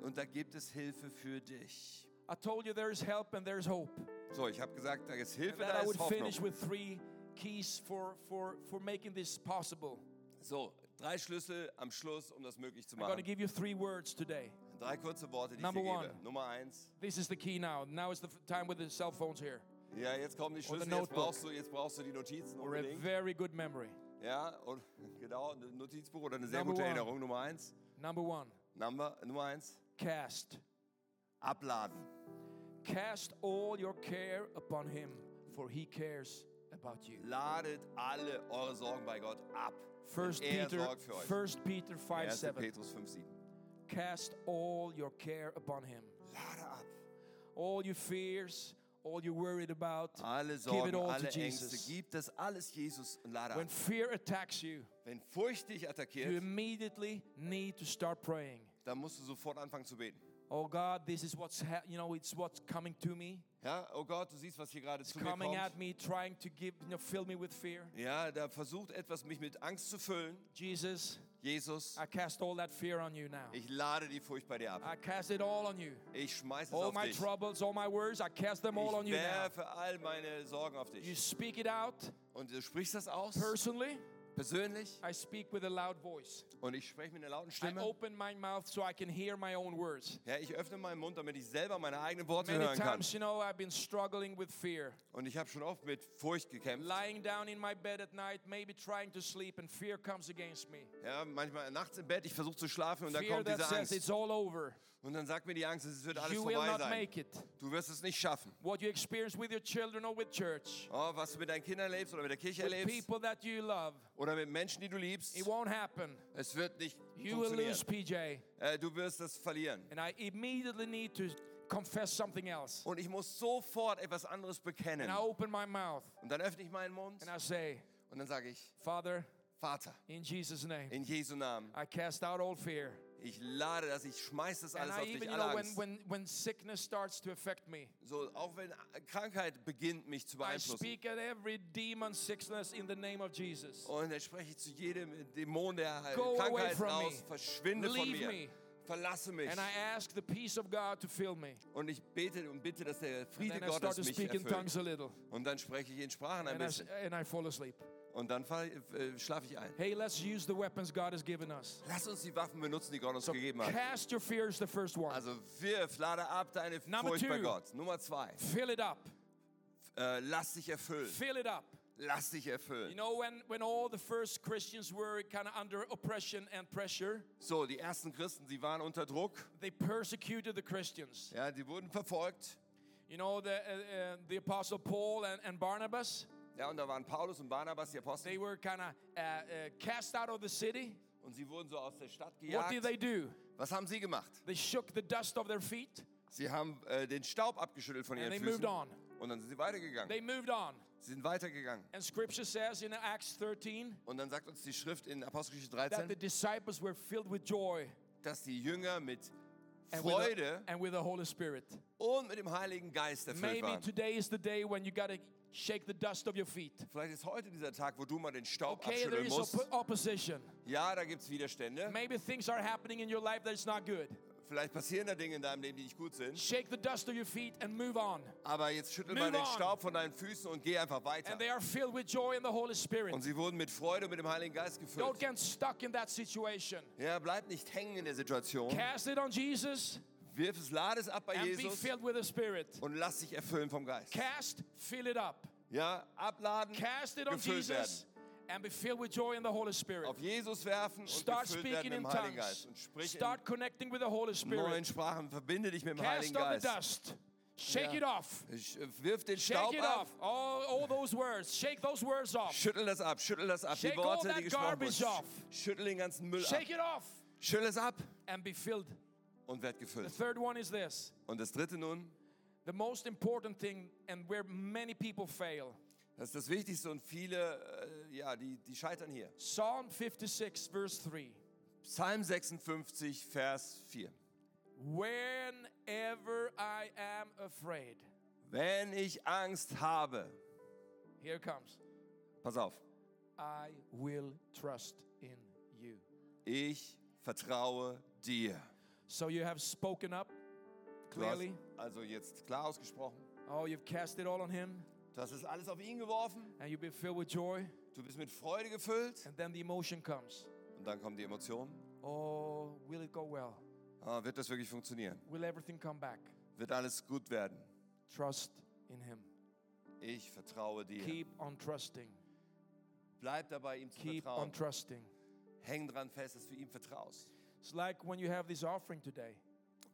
Und da gibt es Hilfe für dich. I told you there is help and there is hope. So, ich habe gesagt, da ist And Hilfe, then da I would ist finish Hoffnung. with three keys for, for, for making this possible. So, drei Schlüssel am Schluss, um das möglich zu I'm going to machen. give you three words today. Drei kurze Worte, die Number ich dir gebe. one. Nummer eins. This is the key now. Now is the f- time with the cell phones here. Ja, jetzt kommen die Oder Schlüssel. Jetzt Notebook. brauchst, du, jetzt brauchst du die Notizen Or a unbedingt. very good memory. Ja, und, genau, ein Notizbuch oder eine sehr Number gute one. Erinnerung. Nummer eins. Number one, Number, Nummer eins. Cast. Abladen. Cast all your care upon him, for he cares about you. Ladet alle eure Sorgen bei Gott ab. First denn er Peter, sorgt für euch. First Peter 5 1. 7. Petrus 5, 7. Cast all your care upon him. Lade ab. All your fears, all you're worried about, Alle give it Sorgen, all alle to Ängste, Jesus. gib das alles Jesus und lade When ab. fear attacks you, Wenn Furcht dich you attackiert, immediately need to start praying. dann musst du sofort anfangen zu beten. Oh God, this is what's ha- you know it's what's coming to me, Ja, oh Gott, du siehst, was hier gerade zu mir coming kommt. at me, trying to give you know, fill me with fear. Ja, da versucht etwas, mich mit Angst zu füllen. Jesus, Jesus, I cast all that fear on you now. ich lade die Furcht bei dir ab. I cast it all on you. Ich schmeiße es All auf my dich. troubles, all my worries, I cast them all on Ich you now. werfe all meine Sorgen auf You dich. speak it out Und du sprichst das aus, personally. persönlich. I speak with a loud voice. Und ich spreche mit einer lauten I Stimme. open my mouth so I can hear my own words. Ja, ich öffne meinen Mund, damit ich selber meine eigenen Worte Many hören kann. times, you know, I've been struggling with fear. Und ich habe schon oft mit Furcht gekämpft. Lying down in my bed at night, maybe trying to sleep, and fear comes against me. Ja, manchmal nachts im Bett, ich versuche zu schlafen und dann Fear kommt that diese says Angst. it's all over. Und dann sagt mir die Angst, es wird alles You will vorbei not sein. make it. Du wirst es nicht schaffen. What you experience with your children or with church, Oh, was du mit deinen Kindern erlebst oder mit der Kirche with erlebst people that you love, oder mit Menschen, die du liebst, it won't happen. es wird nicht You will funktionieren. lose PJ. Äh, du wirst es verlieren. And I immediately need to confess something else. Und ich muss sofort etwas anderes And bekennen. I open my mouth Und dann öffne ich meinen Mund and I say, und dann sage ich, Father, Vater, in Jesus' name, in Jesu Namen, I cast out all fear. ich lade das, ich schmeiße das And alles I auf dich, even, you alle know, when, Angst. when, when sickness starts to affect me, So, auch wenn Krankheit beginnt, mich zu I beeinflussen. speak at every demon sickness in the name of Jesus. Und dann spreche ich zu jedem Dämon der Go away Krankheit from raus, me. verschwinde von Leave mir, me. verlasse mich. And I ask the peace of God to fill me. Und ich bete und bitte, dass der And Friede then I start Gottes to mich speak in tongues erfüllt. a little. Und dann spreche ich in Sprachen ein And I, s- and bisschen. I fall asleep. Und dann fall- äh, schlafe ich ein. Hey, let's use the weapons God has given us. Lass uns die Waffen benutzen, die Gott uns So gegeben hat. cast your fears, the first one. Also wirf, lade ab deine Number Furcht bei two. Gott. Nummer zwei, Fill it up. äh, lass dich erfüllen. Fill it up. Lass dich You erfüllen. know, when, when all the first Christians were kind of under oppression and pressure, So, die ersten Christen, sie waren unter Druck. they persecuted the Christians. Ja, die wurden verfolgt. You know, the, uh, uh, the Apostle Paul and, and Barnabas, Ja, und da waren Paulus und Barnabas, die Apostel. they were kind of uh, uh, cast out of the city. Und sie wurden so aus der Stadt What did gejagt. they do? Was haben sie gemacht? They shook the dust off their feet Sie haben äh, den Staub abgeschüttelt von and ihren they Füßen. moved on. Und dann sind sie weitergegangen. They moved on. Sie sind weitergegangen. And scripture says in Acts 13 Und dann sagt uns die Schrift in Apostelgeschichte that the 13, disciples were filled with joy dass die Jünger mit and with, the- Freude and with the Holy Spirit. und mit dem Heiligen Geist erfüllt Maybe waren. today is the day when you got to shake the dust off your feet. Vielleicht ist heute dieser Tag, wo du mal den Staub Okay, there abschütteln is musst. oppo- opposition. Ja, da gibt es Widerstände. Maybe things are happening in your life that's not good. Vielleicht passieren da Dinge in deinem Leben, die nicht gut sind. Shake the dust off your feet and move on. Aber jetzt schüttel Move mal den on. Staub von deinen Füßen und geh einfach weiter. And they are filled with joy in the Holy Spirit. Und sie wurden mit Freude mit dem Heiligen Geist Don't gefüllt. get stuck in that situation. Ja, bleib nicht hängen in der Situation. Cast it on Jesus Wirf es, lade es ab bei and be Jesus filled with the Spirit. und lass dich erfüllen vom Geist. Cast, fill it up. Ja, abladen, Cast it on gefüllt werden. Jesus and be filled with joy in the Holy Spirit. Auf Jesus werfen und Start gefüllt speaking werden in im Heiligen tongues. Geist. Und sprich in Start connecting with the Holy neuen Spirit. Sprachen. Verbinde dich mit dem Heiligen Cast off the Geist. dust. Shake Ja. it off. Sch- Wirf den Shake Staub it ab. off. All, all those words. Shake those words off. Schüttel das ab, schüttel das ab. Shake die all Worte, that die gesprochen wurden. garbage off. Sch- Schüttel den ganzen Müll ab. Shake it off Schüttel es ab and be filled. und werd The gefüllt. third one is this. Und das dritte nun, The most important thing and where many people fail. das ist das Wichtigste und viele, äh, ja, die, die scheitern hier. Psalm 56 verse 3. Psalm 56, Vers 4. Whenever I am afraid. Wenn ich Angst habe, Here it comes. pass auf, I will trust in you. ich vertraue dir. So you have spoken up Du hast clearly. also jetzt klar ausgesprochen. Oh, you've cast it all on him Du hast es alles auf ihn geworfen. and you've been filled with joy. Du bist mit Freude gefüllt. And then the emotion comes. Und dann kommt die Emotion. Oh, will it go well? Ah, wird das wirklich funktionieren? Will everything come back? Wird alles gut werden? Trust in him. Ich vertraue dir. Keep on trusting. Bleib dabei, ihm zu Keep on vertrauen. trusting. Häng dran fest, dass du ihm vertraust. It's like when you have this offering today.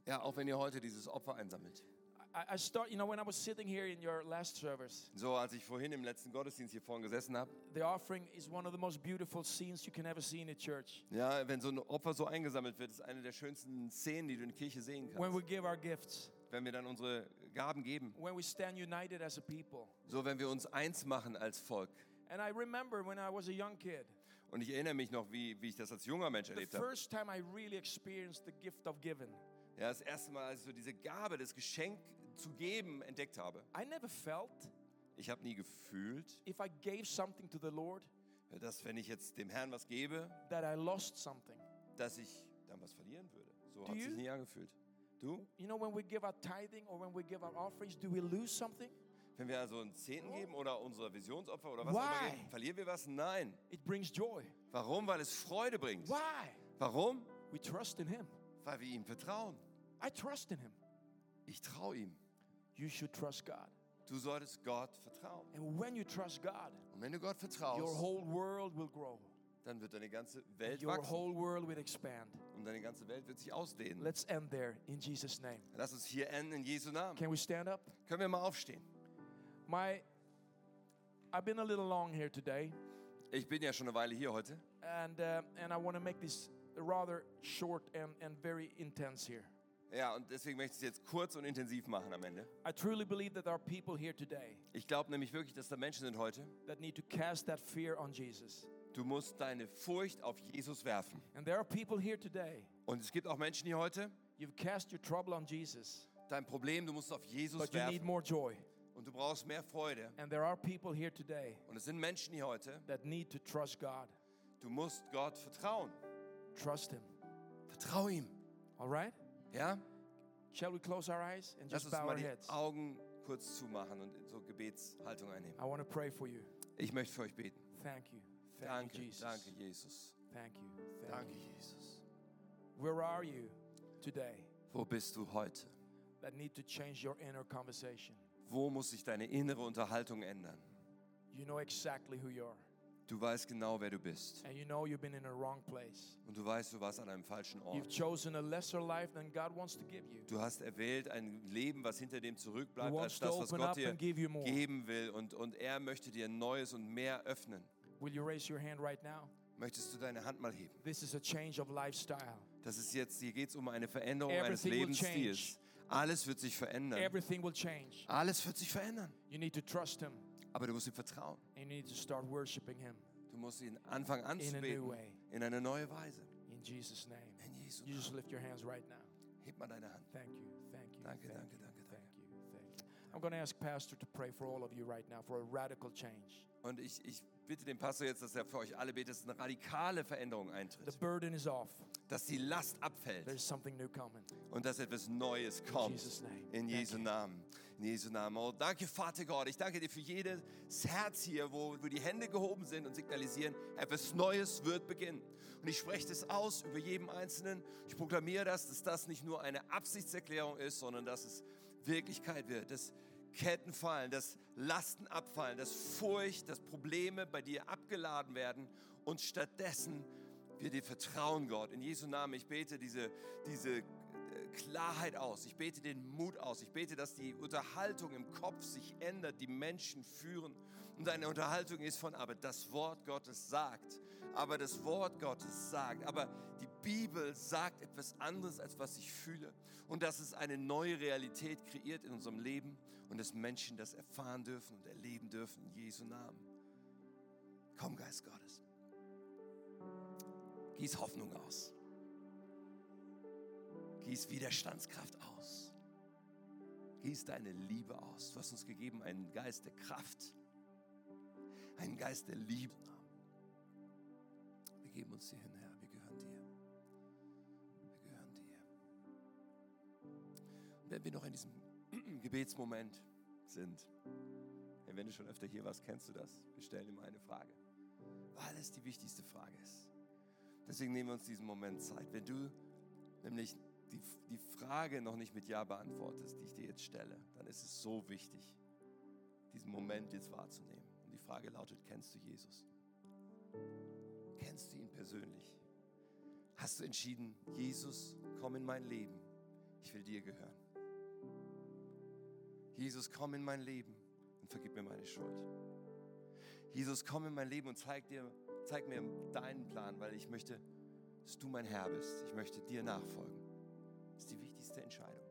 Ja, auch wenn ihr heute dieses Opfer einsammelt. I, I start, you know, when I was sitting here in your last service, So, als ich vorhin im letzten Gottesdienst hier vorne gesessen habe, the offering is one of the most beautiful scenes you can ever see in a church. ja, wenn so ein Opfer so eingesammelt wird, ist eine der schönsten Szenen, die du in Kirche sehen When kannst. we give our gifts, Wenn wir dann unsere Gaben geben, when we stand united as a people. so wenn wir uns eins machen als Volk. And I remember when I was a young kid, Und ich erinnere mich noch, wie, wie ich das als junger Mensch the erlebt habe. first time I really experienced the gift of giving. Ja, das erste Mal, als ich so diese Gabe, das Geschenk zu geben, entdeckt habe. I never felt Ich habe nie gefühlt, if I gave something to the Lord dass wenn ich jetzt dem Herrn was gebe, that I lost something. dass ich dann was verlieren würde. So Do hat es sich you? nie angefühlt. Du? You know, when we give our tithing or when we give our offerings, do we lose something? Wenn wir also einen Zehnten geben oder unsere Visionsopfer oder was Why? auch immer geben, verlieren wir was? Nein. It brings joy. Warum? Weil es Freude bringt. Why? Warum? We trust in Him. Weil wir ihm vertrauen. I trust in Him. Ich traue ihm. You should trust God. Du solltest Gott vertrauen. And when you trust God, Und wenn du Gott your vertraust, whole world will grow. dann wird deine ganze Welt Your wachsen whole world will expand. und deine ganze Welt wird sich ausdehnen. Let's end there in Jesus' name. Lass uns hier enden in Jesu Namen. Can we stand up? Können wir mal aufstehen? My, I've been a little long here today, Ich bin ja schon eine Weile hier heute and uh, and I want to make this rather short and and very intense here. Ja, und deswegen möchte ich es jetzt kurz und intensiv machen am Ende. I truly believe that there are people here today Ich glaube nämlich wirklich, dass da Menschen sind heute. that need to cast that fear on Jesus, Du musst deine Furcht auf Jesus werfen. and there are people here today Und es gibt auch Menschen hier heute, you've cast your trouble on Jesus, dein Problem, du musst es auf Jesus but you need werfen. more joy. Und du brauchst mehr Freude. And there are people here today Und es sind Menschen hier heute, that need to trust God. du musst Gott vertrauen. Trust Him. Vertrau ihm. All right? Ja? Shall we close our eyes and Lass just uns bow mal our die heads? Augen kurz zumachen und in so Gebetshaltung einnehmen. I want to pray for you. Ich möchte für euch beten. Thank you. Thank Danke, you, Jesus. danke, Jesus. Thank you. Thank Danke, you. Jesus. Where are you today Wo bist du heute? that need to change your inner conversation? Wo muss sich deine innere Unterhaltung ändern? You know exactly who you are, Du weißt genau, wer du bist. and you know you've been in a wrong place. Und du weißt, du warst an einem falschen You've Ort. chosen a lesser life than God wants to give you. Du hast erwählt ein Leben, was hinter dem He zurückbleibt, wants als to das, was open up Gott dir and give you more. geben will. Und, und er möchte dir ein Neues und mehr öffnen. Will you raise your hand right now? Möchtest du deine Hand mal heben? This is a change of lifestyle. Das ist jetzt, hier geht es um eine Veränderung eines Everything will Lebensstils. Alles wird sich verändern. Everything will change. Alles wird sich verändern. You need to trust Him, Aber du musst ihm vertrauen. and you need to start worshiping Him Du musst ihn anfangen new anzubeten. way. In eine neue Weise. in Jesus' name. In Jesu You Namen. just lift your hands right now. Heb mal deine Hand. Thank you. Thank you. Danke, thank danke, you, danke, Thank you. Thank you. I'm going to ask Pastor to pray for all of you right now for a radical change. Und ich, ich bitte den Pastor jetzt, dass er für euch alle betet, dass eine radikale Veränderung The eintritt. burden is off. Dass die Last abfällt. There's something new coming. und dass etwas Neues kommt. Jesus' name. In Danke. Jesu Namen. In Jesu Namen. Oh, danke, Vater Gott. Ich danke dir für jedes Herz hier, wo, wo die Hände gehoben sind und signalisieren, etwas Neues wird beginnen. Und ich spreche das aus über jedem Einzelnen. Ich proklamiere das, dass das nicht nur eine Absichtserklärung ist, sondern dass es Wirklichkeit wird. Dass Ketten fallen, dass Lasten abfallen, dass Furcht, dass Probleme bei dir abgeladen werden und stattdessen wir dir vertrauen, Gott. In Jesu Namen, ich bete diese, diese äh, Klarheit aus. Ich bete den Mut aus. Ich bete, dass die Unterhaltung im Kopf sich ändert, die Menschen führen. Und eine Unterhaltung ist von, aber das Wort Gottes sagt. Aber das Wort Gottes sagt. Aber die Bibel sagt etwas anderes, als was ich fühle. Und dass es eine neue Realität kreiert in unserem Leben und dass Menschen das erfahren dürfen und erleben dürfen. In Jesu Namen. Komm, Geist Gottes. Gieß Hoffnung aus. Gieß Widerstandskraft aus. Gieß deine Liebe aus. Du hast uns gegeben einen Geist der Kraft, einen Geist der Liebe. Wir geben uns dir hin, Herr. Wir gehören dir. Wir gehören dir. Und wenn wir noch in diesem Gebetsmoment sind, hey, wenn du schon öfter hier warst, kennst du das. Wir stellen immer eine Frage, weil es die wichtigste Frage ist. Deswegen nehmen wir uns diesen Moment Zeit. Wenn du nämlich die, die Frage noch nicht mit Ja beantwortest, die ich dir jetzt stelle, dann ist es so wichtig, diesen Moment jetzt wahrzunehmen. Und die Frage lautet, kennst du Jesus? Kennst du ihn persönlich? Hast du entschieden, Jesus, komm in mein Leben. ich will dir gehören. Jesus, komm in mein Leben und vergib mir meine Schuld. Jesus, komm in mein Leben und zeig, dir, zeig mir deinen Plan, weil ich möchte, dass du mein Herr bist. Ich möchte dir nachfolgen. Das ist die wichtigste Entscheidung.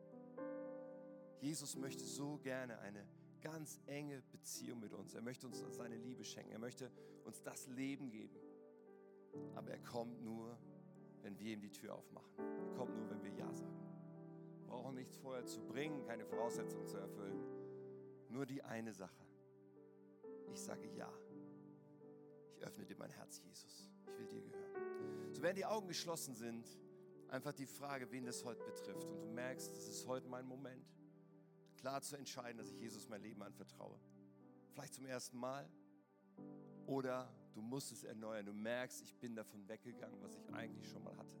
Jesus möchte so gerne eine ganz enge Beziehung mit uns. Er möchte uns seine Liebe schenken. Er möchte uns das Leben geben. Aber er kommt nur, wenn wir ihm die Tür aufmachen. Er kommt nur, wenn wir Ja sagen. Wir brauchen nichts vorher zu bringen, keine Voraussetzungen zu erfüllen. Nur die eine Sache. Ich sage Ja. Ich öffne dir mein Herz, Jesus. Ich will dir gehören. So, während die Augen geschlossen sind, einfach die Frage, wen das heute betrifft. Und du merkst, das ist heute mein Moment, klar zu entscheiden, dass ich Jesus mein Leben anvertraue. Vielleicht zum ersten Mal oder du musst es erneuern. Du merkst, ich bin davon weggegangen, was ich eigentlich schon mal hatte.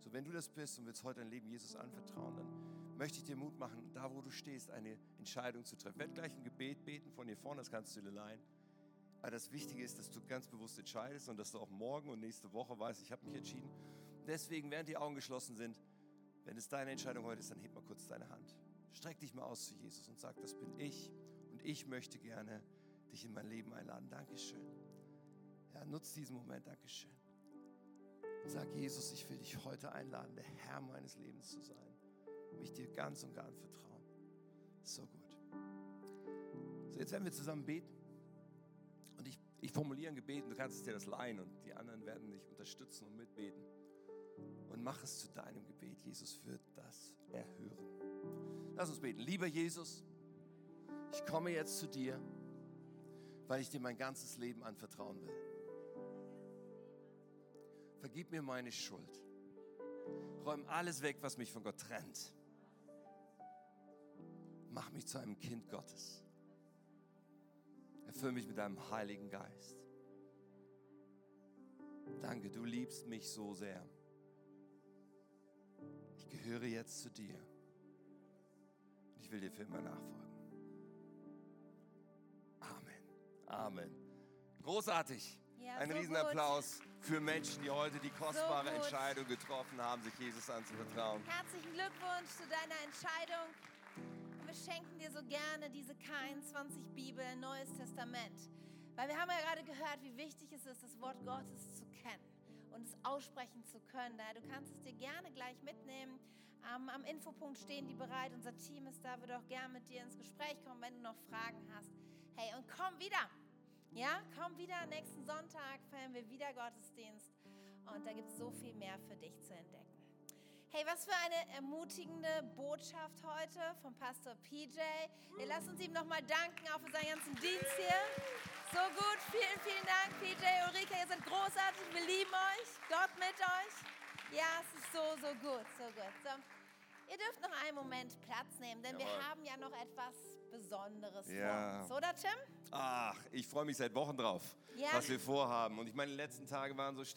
So, wenn du das bist und willst heute dein Leben Jesus anvertrauen, dann möchte ich dir Mut machen, da wo du stehst, eine Entscheidung zu treffen. Ich werde gleich ein Gebet beten von hier vorne, das kannst du dir leihen. Aber das Wichtige ist, dass du ganz bewusst entscheidest und dass du auch morgen und nächste Woche weißt, ich habe mich entschieden. Deswegen, während die Augen geschlossen sind, wenn es deine Entscheidung heute ist, dann heb mal kurz deine Hand. Streck dich mal aus zu Jesus und sag, das bin ich und ich möchte gerne dich in mein Leben einladen. Dankeschön. Ja, nutz diesen Moment. Dankeschön. Und sag, Jesus, ich will dich heute einladen, der Herr meines Lebens zu sein. Mich dir ganz und gar anvertrauen. So gut. So, jetzt werden wir zusammen beten. Und ich, ich formuliere ein Gebet und du kannst dir das leihen und die anderen werden dich unterstützen und mitbeten. Und mach es zu deinem Gebet. Jesus wird das erhören. Lass uns beten. Lieber Jesus, ich komme jetzt zu dir, weil ich dir mein ganzes Leben anvertrauen will. Vergib mir meine Schuld. Räum alles weg, was mich von Gott trennt. Mach mich zu einem Kind Gottes. Erfüll mich mit deinem Heiligen Geist. Danke, du liebst mich so sehr. Ich gehöre jetzt zu dir. Und ich will dir für immer nachfolgen. Amen. Amen. Großartig. Ja, Ein so Riesenapplaus für Menschen, die heute die kostbare gut. Entscheidung getroffen haben, sich Jesus anzuvertrauen. Herzlichen Glückwunsch zu deiner Entscheidung. Und wir schenken dir so gerne diese KN20 Bibel, Neues Testament. Weil wir haben ja gerade gehört, wie wichtig es ist, das Wort Gottes zu kennen und es aussprechen zu können. Daher, du kannst es dir gerne gleich mitnehmen. Ähm, am Infopunkt stehen die bereit. Unser Team ist da, würde auch gerne mit dir ins Gespräch kommen, wenn du noch Fragen hast. Hey, und komm wieder. Ja, komm wieder. Nächsten Sonntag feiern wir wieder Gottesdienst. Und da gibt es so viel mehr für dich zu entdecken. Hey, was für eine ermutigende Botschaft heute vom Pastor PJ. Ihr lasst uns ihm nochmal danken, auch für seinen ganzen Dienst hier. So gut, vielen, vielen Dank, PJ, Ulrike, ihr seid großartig, wir lieben euch, Gott mit euch. Ja, es ist so, so gut, so gut. So. Ihr dürft noch einen Moment Platz nehmen, denn Jawohl. wir haben ja noch etwas Besonderes Ja. vor uns, oder Tim? Ach, ich freue mich seit Wochen drauf, Ja. was wir vorhaben. Und ich meine, die letzten Tage waren so